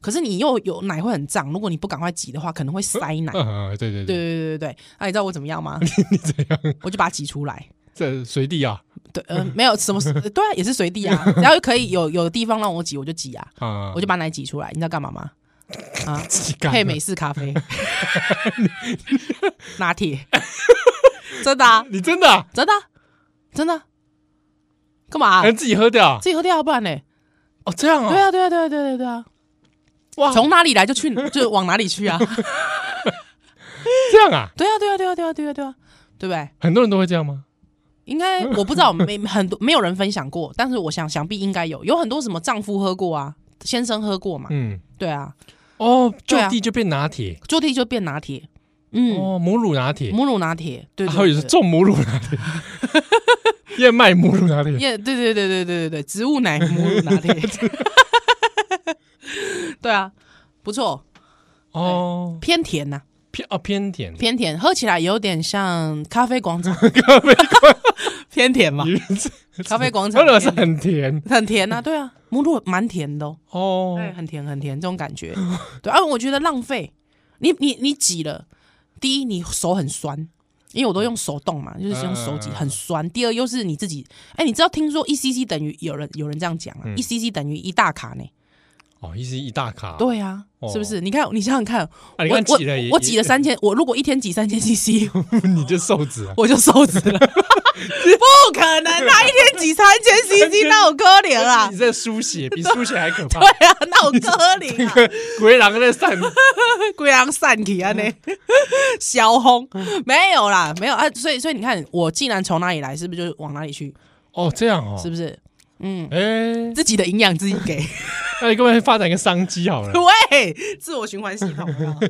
C: 可是你又有奶会很胀，如果你不赶快挤的话，可能会塞奶。
B: 嗯，对对对，
C: 对对对对对，那、你知道我怎么样吗？
B: 你怎样？
C: 我就把它挤出来。
B: 这随地啊
C: 对，呃，没有什么，对啊，也是随地啊，只要可以有有地方让我挤，我就挤啊，
B: 啊，
C: 我就把奶挤出来。你知道干嘛吗？啊，
B: 自己干的
C: 配美式
B: [LAUGHS]
C: 咖啡、拿铁，真的、啊，
B: 你真的啊
C: 真的啊、真的啊、干嘛啊、
B: 还自己喝掉啊？
C: 自己喝掉，不然呢？
B: 哦，这样
C: 对
B: 啊，
C: 啊，对啊，对啊，对啊对啊对啊！
B: 哇，
C: 从哪里来就去，就往哪里去啊！ [LAUGHS]
B: 这样啊，
C: 对啊，对啊，对啊，对啊，对啊，对啊，对不对？
B: 很多人都会这样吗？
C: 应该 [LAUGHS] 我不知道，没很多没有人分享过，但是我想想必应该有，有很多什么丈夫喝过啊，先生喝过嘛，
B: 嗯，
C: 对啊，
B: 哦，就
C: 对啊
B: 地就变拿铁，
C: 就地就变拿铁，嗯，
B: 哦，母乳拿铁，
C: 母乳拿铁，对对
B: 还有
C: 对
B: 是重母乳拿铁， [LAUGHS] 燕麦母乳
C: [LAUGHS]
B: 拿铁，
C: 耶，对对对对对对对，植物奶母乳拿铁， [LAUGHS] 对啊，不错，
B: 哦，
C: 偏甜呐、
B: 偏哦偏甜，
C: 偏甜，喝起来有点像咖啡广场，咖啡偏甜嘛，咖啡广场
B: 喝了是
C: 偏甜
B: 很甜
C: 很甜呐、对啊，母乳蛮甜的、哦，
B: 哦，
C: 对，很甜很甜这种感
B: [LAUGHS]
C: 觉，对啊，我觉得浪费，你你你挤了，第一你手很酸。因为我都用手动嘛，就是用手挤，
B: 嗯
C: 很酸。第二又是你自己，哎、你知道听说一 cc 等于有人有人这样讲啊，
B: 嗯
C: 一 cc 等于一大卡呢。
B: 哦，一是一大卡，
C: 对呀、
B: 哦
C: 是不是？你看，你想想看，
B: 啊，你
C: 我
B: 看挤了
C: 我
B: 也，
C: 我挤了三千，我如果一天挤三千 CC，
B: 也， [LAUGHS] 你就瘦子啊，
C: 我就瘦子
B: [LAUGHS]
C: 了。不可能，啊他一天挤三千 CC，那有可怜啊
B: 你！这输血比输血还可怕
C: 对，啊，那有可
B: [LAUGHS]
C: 怜啊！
B: 鬼狼在散，
C: [LAUGHS] 龟狼散去啊呢， [LAUGHS] 小红没有啦，没有啊。所以，所以你看，我既然从哪里来，是不是就往哪里去？
B: 哦，这样哦，
C: 是不是？嗯，
B: 哎，
C: 自己的营养自己给，
B: 那你各位发展一个商机好
C: [LAUGHS]
B: 了，
C: 对，嗯自我循环系统啊。
B: 路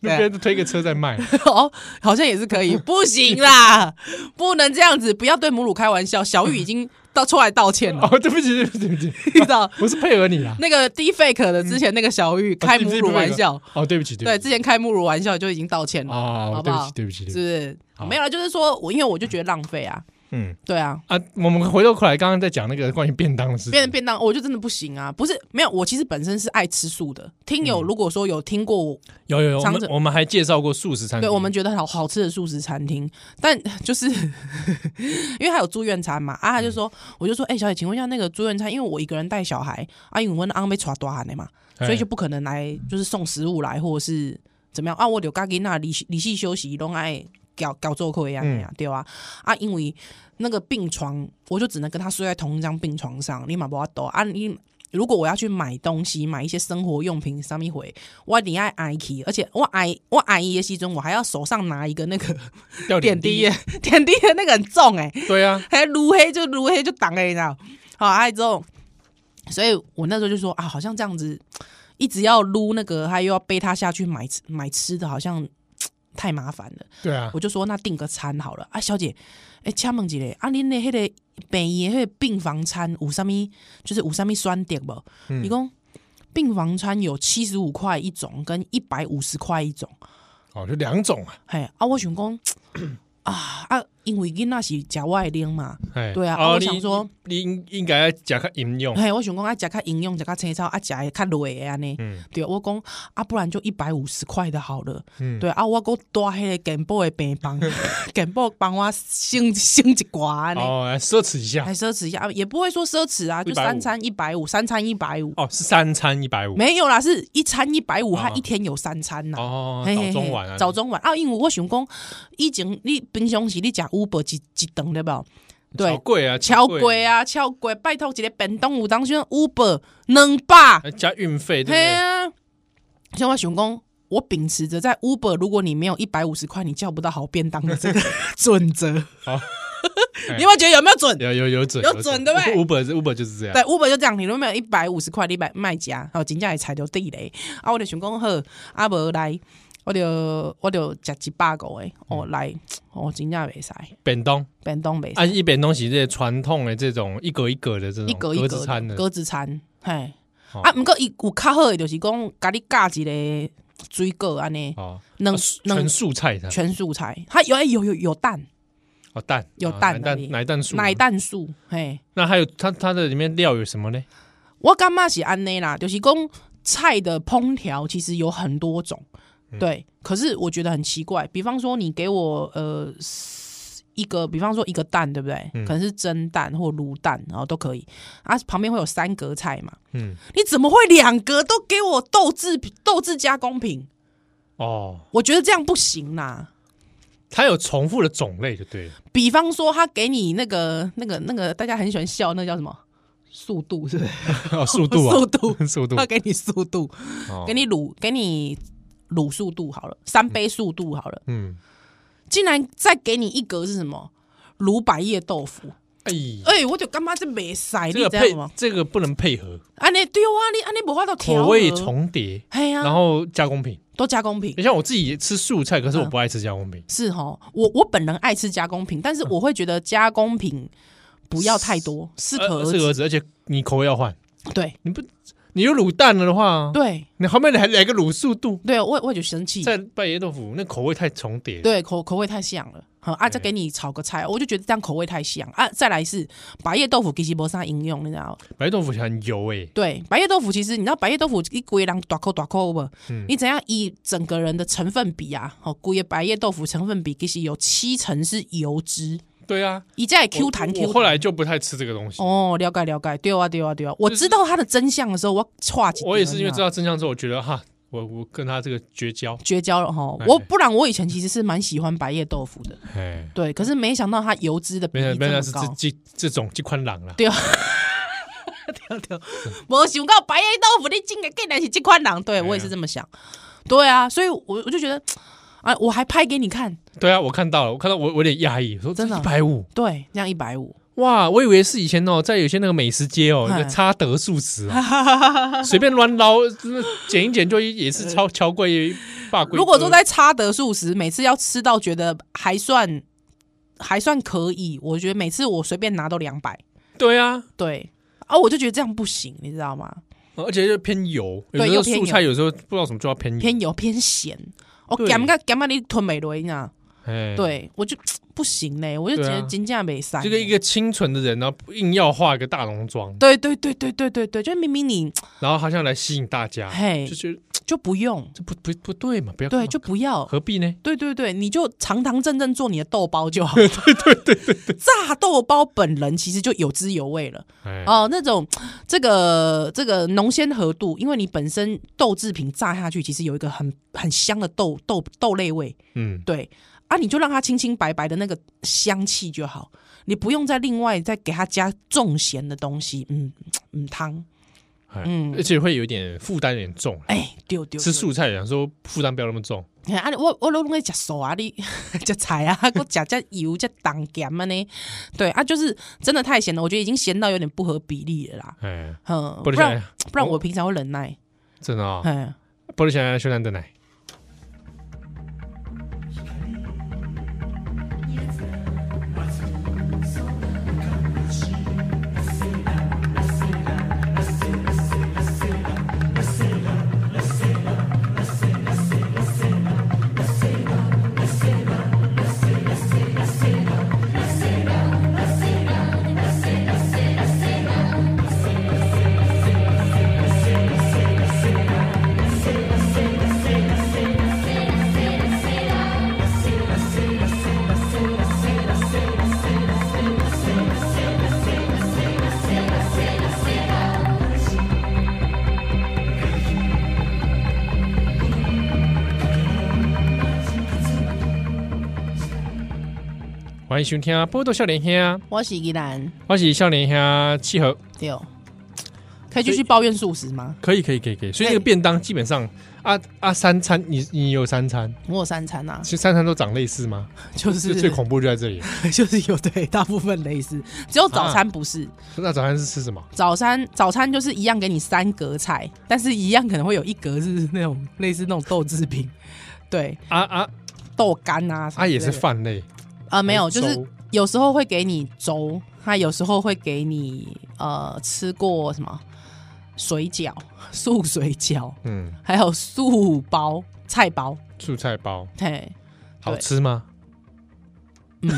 C: 对啊
B: 边推个车在卖，
C: [LAUGHS] 哦，好像也是 [LAUGHS] 可以，不行啦，不能这样子，不要对母乳开玩笑。小雨已经到出来道 [LAUGHS] 歉了，
B: 哦，对不起，对不起，对不起，
C: 你知道
B: 我是配合你啦，
C: 那个 D fake 的之前那个小雨开母乳玩笑，，
B: 哦，对不起，
C: 对，
B: 不起
C: 之前开母乳玩笑就已经道歉了，
B: 哦
C: 好，不
B: 对不
C: 好
B: 起，对不起，对不
C: 是
B: 起
C: 不，是
B: 好？
C: 没有啦，就是说我因为我就觉得浪费啊，
B: 嗯。
C: 对啊。
B: 啊，我们回过头来，刚刚在讲那个关于便当的事情。
C: 变便当，我就真的不行啊！不是没有，我其实本身是爱吃素的。听
B: 嗯
C: 友如果说有听过我
B: 有有有，我
C: 长
B: 们
C: 者
B: 我们还介绍过素食餐厅。
C: 对我们觉得好好吃的素食餐厅，但 [LAUGHS] 就是因为他有住院餐嘛，啊，他
B: 嗯
C: 就说，我就说，哎、小姐，请问一下那个住院餐，因为我一个人带小孩，啊，因为我们昂被抓大汉的嘛，
B: 哎
C: 所以就不可能来，就是送食物来，或者是怎么样啊？我留家给那离离系休息，拢爱搞搞做亏啊，
B: 嗯
C: 呀，对啊，啊，因为那个病床，我就只能跟他睡在同一张病床上，你嘛不要抖啊，你。如果我要去买东西，买一些生活用品，上面回我一定爱挨去，而且我挨我挨伊的时阵，我还要手上拿一个那个
B: 掉
C: 点
B: 滴
C: 滴的， [LAUGHS] 点滴的那个很重哎、
B: 对啊，
C: 还撸黑就撸黑就挡了，你知道？好，还之后，所以我那时候就说啊，好像这样子一直要撸那个，还又要背他下去买吃买吃的，好像太麻烦了。
B: [LAUGHS] 对啊，
C: 我就说那订个餐好了啊，小姐，哎、请问一下，啊，恁的迄个病院迄个病房餐有啥咪？就是有啥咪选择无？
B: 嗯
C: 伊讲、病房餐有七十五块一种，跟一百五十块一种。
B: 哦，就两种啊，
C: 嘿，啊，我想讲啊啊，因为囡仔是食外拎嘛，
B: 哎，
C: 对啊啊
B: 哦
C: 我
B: 你
C: 想说
B: 你你应应该加个饮用，
C: 嘿，我想讲啊，食较营养，食较青草，啊，食会较累的安尼。
B: 嗯
C: 对，我讲啊，不然就一百五十块的好了。
B: 嗯，
C: 对啊，我讲带迄个健保的
B: [LAUGHS]
C: 病房，健保帮我省省一寡安尼，
B: 哦，来奢侈一下
C: 还奢侈一下，啊也不会说奢侈啊，就
B: 150
C: 三餐一百五，三餐一百五，
B: 哦，是三餐一百五
C: 没有啦，是一餐一百五，
B: 哦
C: 他一天有三餐呐。
B: 哦，
C: 嘿嘿
B: 早
C: 嘿
B: 中晚啊，
C: 早中晚啊，因为我想讲，以前你平常时你食 Uber 一一顿对吧？
B: 好
C: 对，
B: 贵啊，
C: 超
B: 贵
C: 贵，啊，超贵！拜托一个便当有当选 Uber 两百，
B: 还加运费，哎对不
C: 嘿
B: 对？
C: 啊！像我想讲，我秉持着在 Uber，如果你没有一百五十块，你叫不到好便当的这个准则，你 [LAUGHS]
B: 好，哎
C: 有没有觉得有没有准？
B: 有有有准
C: 啊有准对不对
B: 五本五本就是这样
C: 对，，Uber 就这样，你如果没有一百五十块，你买卖家，然后真正会踩到地雷啊！我就想讲好，啊无来，我就我就食一百个诶，哦
B: 嗯
C: 来，哦真正袂使，
B: 便当
C: 便当袂
B: 啊，
C: 使，
B: 一便当是这些传统的这种一格一格的这种
C: 一格一
B: 格
C: 格
B: 子
C: 的
B: 餐的，
C: 格子餐，嘿，
B: 哦
C: 啊，毋过伊有较好诶，就是讲甲你加一个水果安尼，
B: 哦，
C: 两
B: 啊
C: 两
B: 全素菜的
C: 全素菜，它有哎有有有蛋，
B: 哦，蛋
C: 有
B: 啊
C: 蛋
B: 奶
C: 而已
B: 蛋奶蛋素啊
C: 奶蛋素，嘿，
B: 那还有它它的里面料有什么呢？
C: 我感觉是安内啦，就是讲菜的烹调其实有很多种，
B: 嗯
C: 对。可是我觉得很奇怪，比方说你给我呃一个，比方说一个蛋，对不对？
B: 嗯
C: 可能是蒸蛋或卤蛋，然后都可以。啊，旁边会有三格菜嘛？
B: 嗯，
C: 你怎么会两格都给我豆制豆制加工品？
B: 哦，
C: 我觉得这样不行啦。
B: 它有重复的种类就对了。
C: 比方说，他给你那个、那个、那个，大家很喜欢笑，那叫什么？速度是不
B: [LAUGHS]
C: 是？
B: 哦，速度啊，
C: [LAUGHS] 速度，
B: [LAUGHS] 速度
C: 他，给你速度，
B: 哦
C: 给你卤，给你卤速度好了，三杯速度好了，
B: 嗯，
C: 竟然再给你一格是什么？卤百叶豆腐，
B: 哎，
C: 哎、我就干嘛这没塞，
B: 这
C: 你
B: 个
C: 知道
B: 配
C: 吗？
B: 这个不能配合，
C: 安尼对啊，你安尼无法度哦调和
B: 口味，重叠，
C: 嘿
B: 然
C: 啊，
B: 后加工品。
C: 都加工品。
B: 你像我自己吃素菜，可是我
C: 嗯
B: 不爱吃加工品，
C: 是哦，我我本人爱吃加工品，但
B: 嗯
C: 是我会觉得加工品不要太多，适可
B: 呃
C: 而
B: 适可
C: 止。
B: 而止，而且你口味要换，
C: 对
B: 你不你有卤蛋了的话，
C: 对
B: 你后面还来个卤素度，
C: 对，我我就生气，
B: 在拜爷豆腐那口味太重叠，，
C: 对口口味太像了。好啊，再给你炒个菜，我就觉得这样口味太像啊。再来是白叶豆腐其实没啥应用，你知道吗？
B: 白豆腐很油哎，
C: 对，白叶豆腐其实你知道白叶豆腐一龟人大口大口不？
B: 嗯
C: 你怎样以整个人的成分比啊？哦，龟的白叶豆腐成分比其实有七成是油脂，
B: 对啊
C: 一再
B: 我
C: Q 弹
B: 我
C: Q
B: 我
C: 弹。
B: 后来就不太吃这个东西，
C: 哦，了解了解，对啊对啊对啊！我
B: 就是
C: 知道它的真相的时候，我歘几，啊
B: 我也是因为知道真相之后，我觉得哈，我我跟他这个绝交，
C: 绝交了哈
B: 哎。
C: 我不然我以前其实是蛮喜欢白叶豆腐的，
B: 哎，
C: 对，可是没想到它油脂的比
B: 没想
C: 例
B: 没
C: 这
B: 想到
C: 么
B: 是
C: 高。
B: 这这这种这款狼啦，
C: 对我想到白叶豆腐你竟然竟然是这款人，对
B: 哎呀
C: 我也是这么想。对啊，所以我我就觉得，啊，我还拍给你看，
B: 对啊，我看到了，我看到我我有点讶异，我说
C: 真的啊
B: 一百五
C: 对，这样一百五，
B: 哇，我以为是以前哦，在有些那个美食街哦，
C: 嗨
B: 那个差德素食哦，
C: [LAUGHS]
B: 随便乱捞，那捡一捡就一也是超超贵霸贵。
C: 呃如果说在差德素食，每次要吃到觉得还算还算可以，我觉得每次我随便拿都两百，
B: 对啊，
C: 对啊，我就觉得这样不行，你知道吗？
B: 而且又偏油，有
C: 对
B: 时候
C: 又偏
B: 素
C: 油
B: 菜有时候不知道什么就要偏油，
C: 偏油偏咸，哦，
B: 对
C: 咸个咸个你吞美雷呢？
B: 哎，
C: 啊对我就不行嘞，我就觉
B: 对啊
C: 得金价没塞。
B: 这个一个清纯的人，然后硬要化一个大浓妆，
C: 对对对对对对对，就明明你
B: 然后好像来吸引大家，
C: 嘿
B: 啊就觉得
C: 就不用，
B: 这不不不对嘛，不要
C: 对，就不要。
B: 何必呢？
C: 对对对，你就堂堂正正做你的豆包就好。对对对对对，炸豆包本人其实就有滋有味了
B: 哎，
C: 哦、那种这个这个浓鲜合度，因为你本身豆制品炸下去，其实有一个很很香的豆豆豆类味。
B: 嗯，
C: 对啊，你就让它清清白白的那个香气就好，你不用再另外再给它加重咸的东西，嗯嗯汤，
B: 哎
C: 嗯
B: 而且会有点负担，有点重。啊
C: 哎丢丢
B: 吃，素菜想说负担不要那么重，
C: 丢哎啊我我拢爱食素啊，你 [LAUGHS] 食菜啊， [LAUGHS] 我食只油只重咸啊呢，对啊，就是真的太咸了，我觉得已经咸到有点不合比例了啦，
B: 哎，
C: 嗯，
B: 不
C: 不
B: 能
C: 然
B: 想
C: 不然我平常会忍耐，
B: 真的啊，
C: 嗯。
B: 不能想想修蛋的奶，欢迎收听《波多笑脸兄》，
C: 我是依兰，
B: 欢喜笑脸兄契合，
C: 对，可以继续抱怨素食吗？
B: 可以可以可以可以，所以那个
C: 哎
B: 便当基本上啊啊三餐，你你有三餐，
C: 我有三餐啊，
B: 其实三餐都长类似吗？
C: [LAUGHS] 就
B: 这
C: 是
B: 最恐怖就在这里。
C: [LAUGHS] 就是有对大部分类似，只有早餐不是，
B: 那早餐是吃什么？
C: 早餐早餐就是一样给你三格菜，但是一样可能会有一格是那种类似那种豆制品， [LAUGHS] 对，
B: 啊啊
C: 豆干啊什么
B: 啊也
C: 之
B: 是
C: 类的
B: 饭类，哎
C: 呃没有，
B: 粥
C: 就是有时候会给你粥，它有时候会给你呃吃过什么水饺、 [LAUGHS] 素水饺，
B: 嗯
C: 还有素包、菜包，
B: 素菜包，
C: 嘿，
B: 好吃吗？
C: 嗯，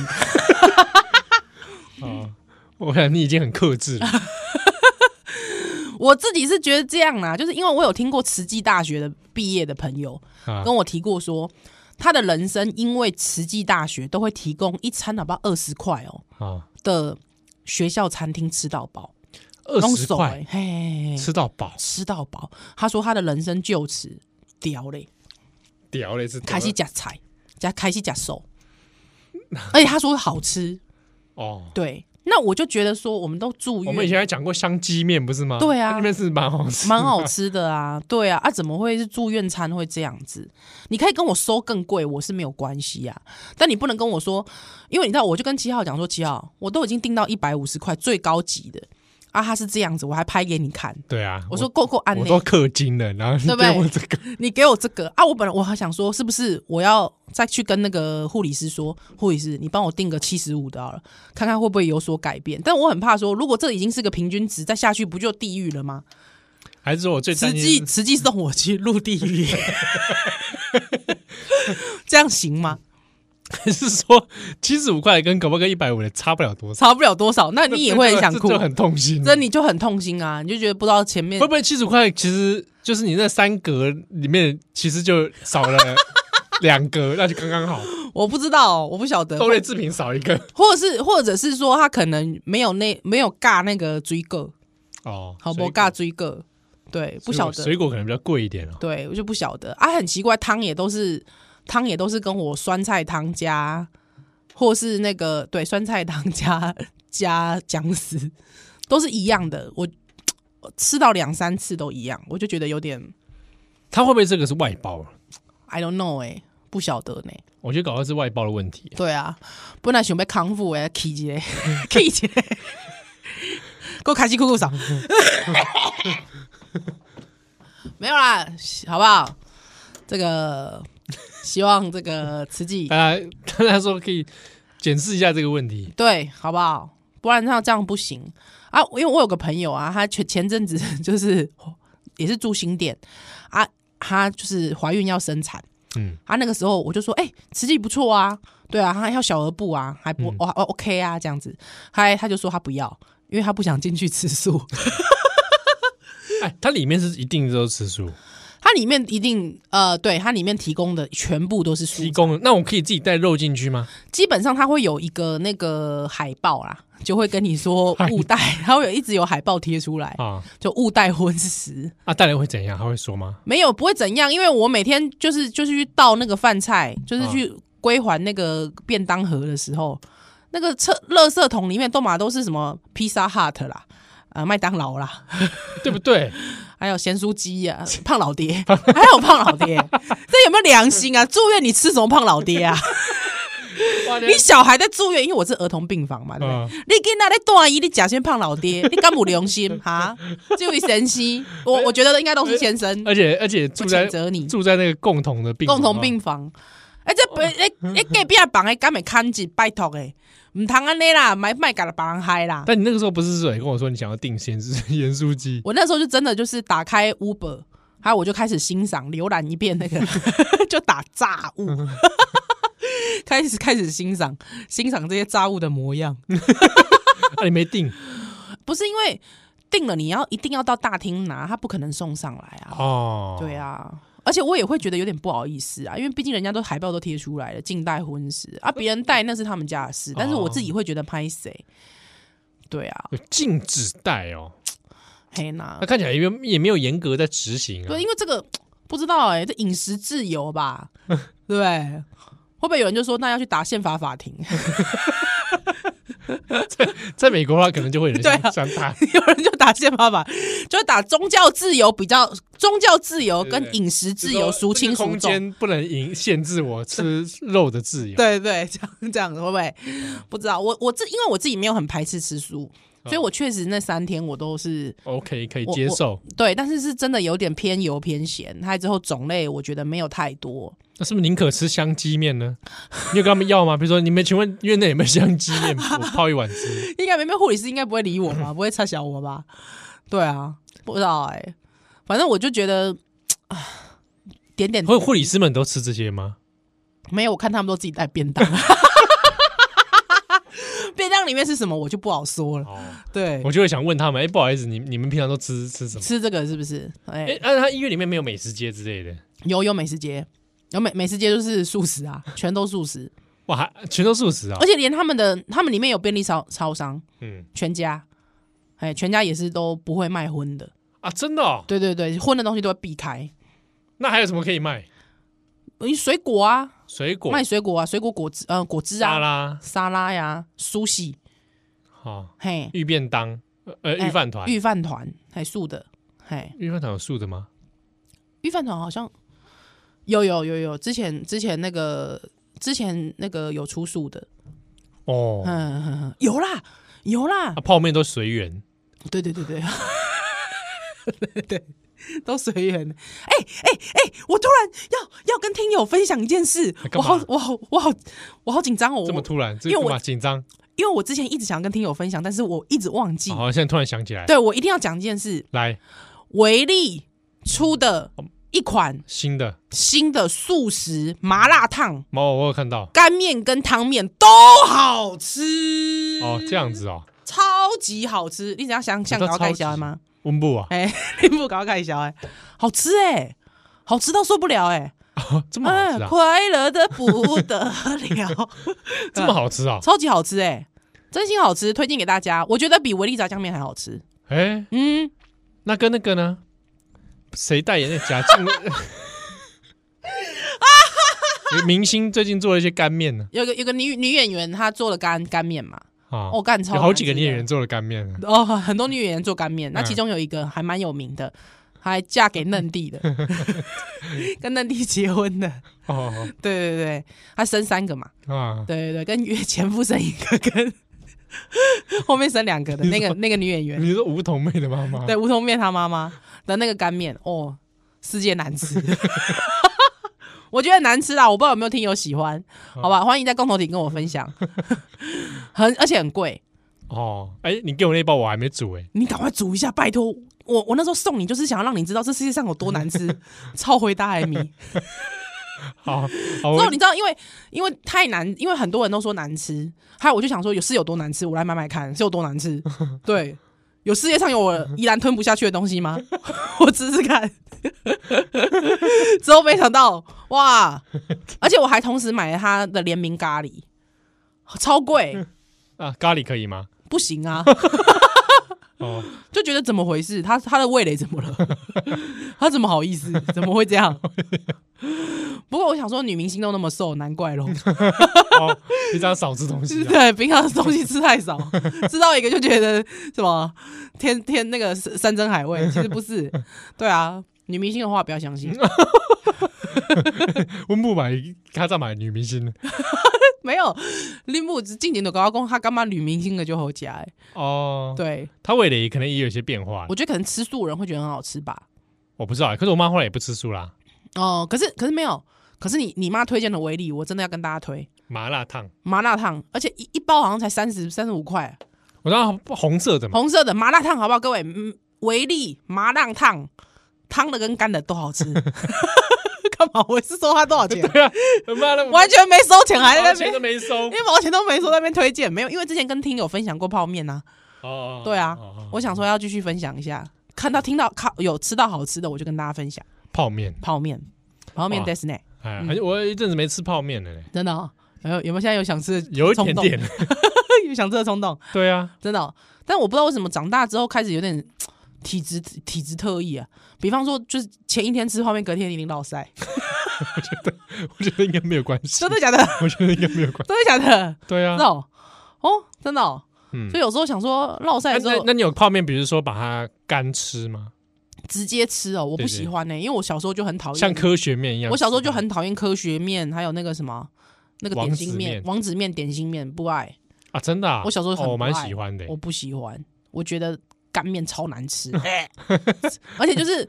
B: [LAUGHS] 啊，我想你已经很克制
C: [LAUGHS]
B: 了。
C: 我自己是觉得这样啦，就是因为我有听过慈济大学的毕业的朋友，
B: 啊
C: 跟我提过说，他的人生因为慈济大学都会提供一餐哪怕二十块哦
B: 啊，
C: 的学校餐厅吃到饱，
B: 二
C: 拢
B: 十
C: 熟
B: 块
C: 欸嘿嘿嘿嘿
B: 吃到饱，
C: 吃到饱。他说他的人生就此屌嘞，
B: 屌嘞！是屌
C: 开始
B: 嘞
C: 夹 [LAUGHS] 哎菜，夹开始夹瘦，而且他说好吃，
B: 哦，
C: 对那我就觉得说，我们都住
B: 我们以
C: 院，
B: 前还讲过香鸡面，不是吗？
C: 对啊
B: 那边是蛮好吃，
C: [LAUGHS] 蛮好吃的啊，对啊，啊，怎么会是住院餐会这样子？你可以跟我收更贵，我是没有关系啊，但你不能跟我说，因为你知道，我就跟七号讲说，七号，我都已经订到一百五十块最高级的啊，他是这样子，我还拍给你看，
B: 对啊，
C: 我说够够安
B: 我
C: 内
B: 都，氪金了，然后你
C: 对不对
B: 给我这个，
C: 你给我这个啊！我本来我还想说，是不是我要再去跟那个护理师说，护理师，你帮我定个七十五的好了，看看会不会有所改变。但我很怕说，如果这已经是个平均值，再下去不就地狱了吗？
B: 还是说我最担
C: 实
B: 心
C: 际
B: 的是
C: 实际送我去入地狱， [LAUGHS] 这样行吗？
B: [LAUGHS] 还是说七十五块跟可不跟一百五的差不了多少？
C: 差不了多少，那你也会很想哭
B: 啊这，就很痛心。
C: 这你就很痛心啊！你就觉得不知道前面
B: 会不会七十块其实就是你那三格里面其实就少了两格，那就刚
C: [LAUGHS]
B: 刚好，
C: 我不知道，我不晓得，
B: 豆类制品少一个
C: 或者是或者是说他可能没有那没有尬那个追购。
B: 哦，
C: 好
B: 水
C: 不
B: 果
C: 尬追个，对，不晓
B: 水
C: 得，
B: 果可能比较贵一点哦。
C: 对我就不晓得啊，很奇怪，汤也都是汤也都是跟我酸菜汤加，或是那个对酸菜汤加加姜丝，都是一样的，我我吃到两三次都一样，我就觉得有点
B: 它会不会这个是外包啊？
C: I don't know 哎、不晓得呢、
B: 我觉得搞到是外包的问题。
C: 对啊，本来想要康复诶，起一个，起一个，给我开始哭哭嗓。没有啦，好不好？这个希望这个慈济
B: 大家大家说可以检视一下这个问题。
C: 对，好不好？不然像这样不行啊！因为我有个朋友啊，她前前阵子 [LAUGHS] 就是也是住新店啊，她就是怀孕要生产，
B: 嗯，
C: 啊，那个时候我就说，哎、慈济不错啊，对啊，他要小儿部啊，还
B: 嗯
C: 不哦哦 OK 啊，这样子，还他就说他不要，因为他不想进去吃素， [LAUGHS]
B: 哎，它里面是一定都是吃素，
C: 它里面一定呃，对，它里面提供的全部都是素
B: 提，供的。那我可以自己带肉进去吗？
C: 基本上它会有一个那个海报啦，就会跟你说勿带，它会有一直有海报贴出来，
B: 啊
C: 就勿带荤食。
B: 啊，带来会怎样？他会说吗？
C: 没有不会怎样，因为我每天就是就是去倒那个饭菜，就是去归还那个便当盒的时候，那个厕垃圾桶里面都嘛都是什么披萨 hut 啦，呃麦当劳啦，
B: 对不对？
C: 还有咸酥鸡啊，胖老爹，还有胖老爹，这有没有良心啊？住院你吃什么胖老爹啊？
B: [LAUGHS] 哇
C: 你小孩在住院，因为我是儿童病房嘛，对不对？
B: 嗯
C: 你给那在大医，你假先胖老爹，你敢不良心哈？这位先生，我我觉得应该都是先生，
B: 而且而且
C: 不
B: 住在
C: 谴责你。
B: 住在那个共同的病
C: 共同
B: 房啊哦
C: 病房。哎、这不，哎哎，隔壁的房的敢会看一拜托诶，唔通安尼啦，买卖甲别人害啦。
B: [LAUGHS] 但你那个时候不是说你跟我说你想要订咸 [LAUGHS] 盐酥鸡，
C: 我那时候就真的就是打开 Uber，还有我就开始欣赏浏览一遍那个， [LAUGHS] 就打炸物， [LAUGHS] 开始开始欣赏欣赏这些炸物的模样。
B: 啊，你没订
C: 不是因为定了，你要一定要到大厅拿，他不可能送上来啊。
B: 哦？
C: 对，啊。而且我也会觉得有点不好意思啊，因为毕竟人家都海报都贴出来了，近代婚食啊，别人带那是他们家的
B: 哦
C: 事，但是我自己会觉得拍谁？对啊，
B: 禁止带哦，
C: 黑娜
B: 那，看起来也没有也没有严格在执行啊
C: 啊对，。因为这个不知道哎、这饮食自由
B: [LAUGHS]
C: 吧，对不对，会不会有人就说那要去打宪法法庭？ [LAUGHS]
B: 在美国的话，可能就会
C: [LAUGHS]
B: 有人
C: 对啊
B: 想想打，
C: 有人就打宪法法，就打宗教自由比较，宗教自由
B: 对
C: 跟
B: 对
C: 饮食自
B: 就
C: 由
B: 是
C: 孰
B: 说
C: 轻
B: 这个
C: 孰
B: 空
C: 重？
B: 间不能影限制我吃肉的自由。
C: 对对， [LAUGHS] 这样这样子会不会？
B: 嗯
C: 不知道，我我自因为我自己没有很排斥吃素，所以我确实那三天我都是
B: ，OK，可以
C: 我
B: 接受。
C: 对，但是是真的有点偏油偏咸，还之后种类我觉得没有太多，
B: 那是不是宁可吃香鸡面呢？你有跟他们要吗？比如说，你们请问院内有没有香鸡
C: [LAUGHS]
B: 面？我泡一碗吃。
C: 应该没没护理师应该不会理我
B: [LAUGHS]
C: 吧，不会插小我吧？对啊，不知道哎、反正我就觉得。啊点点
B: 会护理师们都吃这些吗？
C: 没有，我看他们都自己带
B: [LAUGHS]
C: 便当， [LAUGHS] 便当里面是什么我就不好说了。
B: 哦，
C: 对，
B: 我就会想问他们，哎，不好意思，你你们平常都吃吃什么？
C: 吃这个是不是？哎、
B: 哎，那他医院里面没有美食街之类的，
C: 有有美食街，有美美食街就是素食啊，全都素
B: [LAUGHS]
C: 食，
B: 哇，还全都素食啊
C: 而！且连他们的他们里面有便利超超商，
B: 嗯
C: 全家，哎，全家也是都不会卖荤的，
B: 啊，真的哦，
C: 对对对，荤的东西都会避开，
B: 那还有什么可以卖？
C: 你水果啊，
B: 水果、
C: 卖水果啊，水果果汁，呃，果汁
B: 沙
C: 啊，
B: 拉
C: 沙拉呀、苏西，
B: 哈，
C: 嘿，
B: 玉哦便当，呃，
C: 哎
B: 玉饭团，
C: 御饭团，嘿，素的，嘿，
B: 玉饭团有素的吗？
C: 御饭团好像有有有有，之前之前那个之前那个有出素的，
B: 哦，啊，
C: 嗯，哼哼有啦有啦，
B: 泡面都随缘，
C: 对对对对，对， [LAUGHS] 都随缘。哎哎哎，我突然要要跟听友分享一件事，
B: 干
C: 我好
B: 嘛
C: 我好我好我好紧张哦，
B: 这么
C: 我
B: 突然，这
C: 因为
B: 干
C: 我
B: 嘛紧张？
C: 因为我之前一直想跟听友分享，但是我一直忘记。
B: 好，哦现在突然想起来，
C: 对我一定要讲一件事，
B: 来
C: 维力出的一款
B: 新的，
C: 新的素食麻辣烫，
B: 哦，我有看到，
C: 干面跟汤面都好吃
B: 哦，这样，子哦，
C: 超级好吃。你只要想想
B: 什么
C: 搞
B: 叫
C: 盖
B: 超级
C: 小吗？
B: 温布啊，
C: 哎、 [LAUGHS] 你不搞看一下哎，好吃哎、好吃到受不了哎、
B: 哦 [LAUGHS] 这么好
C: 哎，
B: 吃啊，
C: 快乐的不得
B: [LAUGHS]
C: 了，
B: 这么好吃啊，
C: 超级好吃哎、真心好吃，推荐给大家。我觉得比维力炸酱面还好吃。
B: 哎，
C: 嗯，
B: 那跟那个呢？谁代言的贾静？有明星最近做了一些干面呢，
C: 有个有个女女演员，她做了干干面嘛，
B: 啊，
C: 哦，干超
B: 有好几个
C: 难
B: 女
C: 吃的
B: 演员做了干面呢，
C: 哦，很多女演员做干面，那
B: 嗯
C: 其中有一个还蛮有名的，还嫁给嫩弟
B: [LAUGHS]
C: 的，跟嫩弟结婚的，
B: 哦
C: 对对对，她生三个嘛，
B: 啊，
C: 对对对，跟原前夫生一个，跟 [LAUGHS] 后面生两个的那
B: [LAUGHS] 你
C: 个
B: 说
C: 那个女演员，
B: 你说梧桐妹的妈妈？
C: 对吴桐面她妈妈的那个干面，哦，世界难吃， [LAUGHS] 我觉得难吃啦，我不知道有没有听友喜欢，好吧，欢迎在共同体跟我分享， [LAUGHS] 很而且很贵，
B: 哦，哎，你给我那包我还没煮哎，
C: 你赶快煮一下，拜托。我我那时候送你，就是想要让你知道这世界上有多难吃，超回答艾米。
B: 好，好，
C: 之后
B: 哦我
C: 你知道，因为因为太难，因为很多人都说难吃，还有我就想说有是有多难吃，我来买买看是有多难吃。对，有世界上有我依然吞不下去的东西吗？我试试看。之后没想到哇，而且我还同时买了他的联名咖喱，超贵，
B: 啊，咖喱可以吗？
C: 不行啊。
B: 哦，
C: 就觉得怎么回事？他他的味蕾怎么了？ [LAUGHS] 他怎么好意思？怎么会这样？ [LAUGHS] 不过我想说，女明星都那么瘦，难怪咯。
B: 哦，你这样少吃东
C: [LAUGHS]
B: 西啊，
C: 对，平常东西吃太少， [LAUGHS] 吃到一个就觉得什么天天那个山山珍海味，其实不是。对啊，女明星的话不要相信，
B: 温布买，他在买女明星呢
C: 没有林木只近点的高公，他干嘛女明星的就好假、欸？
B: 哦，
C: 对，
B: 他味蕾可能也有一些变化，
C: 我觉得可能吃素人会觉得很好吃吧。
B: 我不知道欸，可是我妈后来也不吃素啦，
C: 哦、可是可是没有，可是你你妈推荐的维力，我真的要跟大家推。
B: 麻辣烫，
C: 麻辣烫，而且一一包好像才三十三十五块，啊
B: 我知道红色的嘛，
C: 红色的麻辣烫好不好？各位，嗯，维力麻辣烫，汤的跟干的都好吃。 [LAUGHS] 干嘛？我是收他多少钱？
B: [LAUGHS] 对啊，妈的，
C: 哦完全没收钱，还在那
B: 钱
C: 边 [LAUGHS]
B: 都没收
C: 一毛钱都没收，在那边推荐没有？因为之前跟听友分享过泡面呐、
B: 哦，
C: 对啊
B: 哦，哦
C: 我想说要继续分享一下，看到听到靠有吃到好吃的，我就跟大家分享
B: 泡面，
C: 泡面，泡面
B: 哇
C: d e s n a
B: 哎，好像我有一阵子没吃泡面了嘞，
C: 真的、哦，有没有有没有现在有想吃的
B: 有一点
C: 冲动
B: 点，
C: [LAUGHS] 有想吃的冲动？
B: [LAUGHS] 对
C: [LAUGHS]
B: 啊，
C: 真的哦、但我不知道为什么长大之后开始有点体质体质特异啊。比方说，就是前一天吃泡面，隔天一定落腮，
B: 我觉得应该没有关系
C: [LAUGHS] 真，的假的？
B: [LAUGHS] 我觉得应该没有关，
C: 真的假的？ [LAUGHS]
B: 对啊
C: 真的，哦，哦真的哦。
B: 嗯
C: 所以有时候想说
B: 那
C: 落腮的时
B: 那
C: 候
B: 那你有泡面，比如说把它干吃吗？
C: 直接吃哦，我不
B: 对对
C: 喜欢呢、因为我小时候就很讨厌。
B: 像科学面一样吃吗？
C: 我小时候就很讨厌科学面，还有那个什么那个点心面、王子面、点心面，不爱，
B: 啊，真的啊，
C: 我小时候很
B: 哦我蛮
C: 不爱
B: 喜欢的欸
C: 我，不喜欢，我觉得干面超难
B: [LAUGHS]
C: 吃，而且就是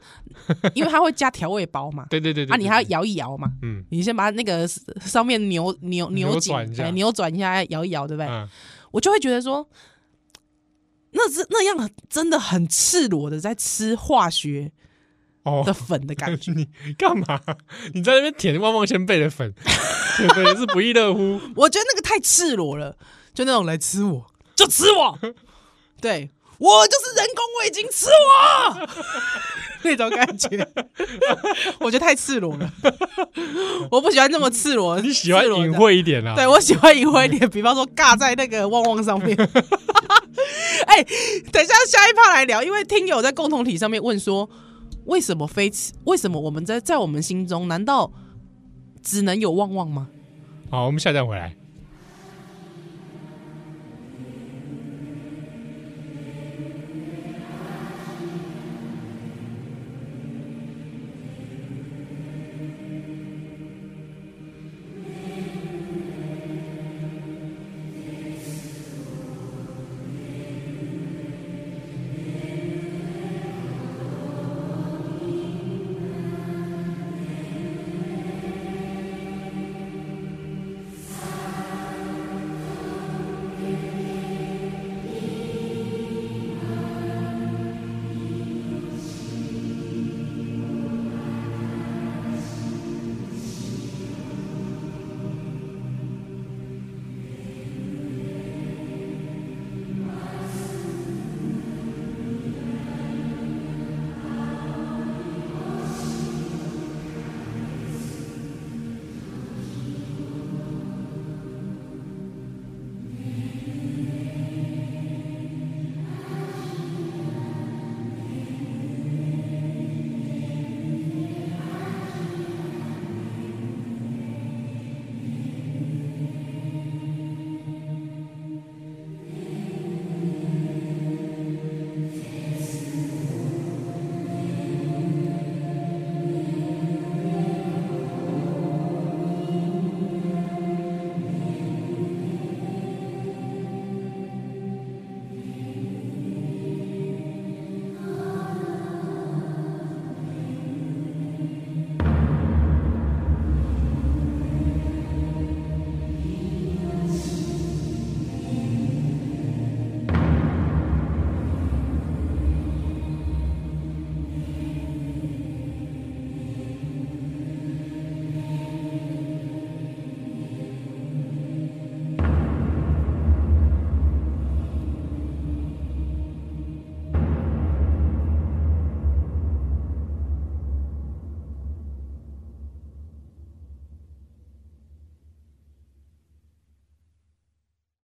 C: 因为它会加调味包嘛，
B: 对 [LAUGHS] 对对对，
C: 啊，你还
B: 对
C: 要摇一摇嘛，
B: 嗯
C: 你先把那个上面扭扭
B: 扭
C: 扭紧
B: 转一，下
C: 哎扭转一下，摇一摇，对不对？
B: 嗯
C: 我就会觉得说，那是那样真的很赤裸的在吃化学
B: 哦 [LAUGHS]
C: 的，粉的感觉。
B: 你干嘛？你在那边舔旺旺仙贝的粉， [LAUGHS] 这个也是不亦乐
C: [LAUGHS]
B: 乎。
C: 我觉得那个太赤裸了，就那种来吃我，就吃我， [LAUGHS] 对我就是人工味精，吃我 [LAUGHS] 那种感
B: [LAUGHS]
C: 觉，我觉得太赤裸了， [LAUGHS] 我不喜欢这么赤裸。
B: 你喜欢
C: 赤裸的
B: 隐晦一点啊？
C: 对，我喜欢隐晦一点，比方说尬在那个旺旺上面。哎、等一下下一趴来聊，因为听友在共同体上面问说，为什么非吃？为什么我们在在我们心中，难道只能有旺旺吗？
B: 好，我们下站回来。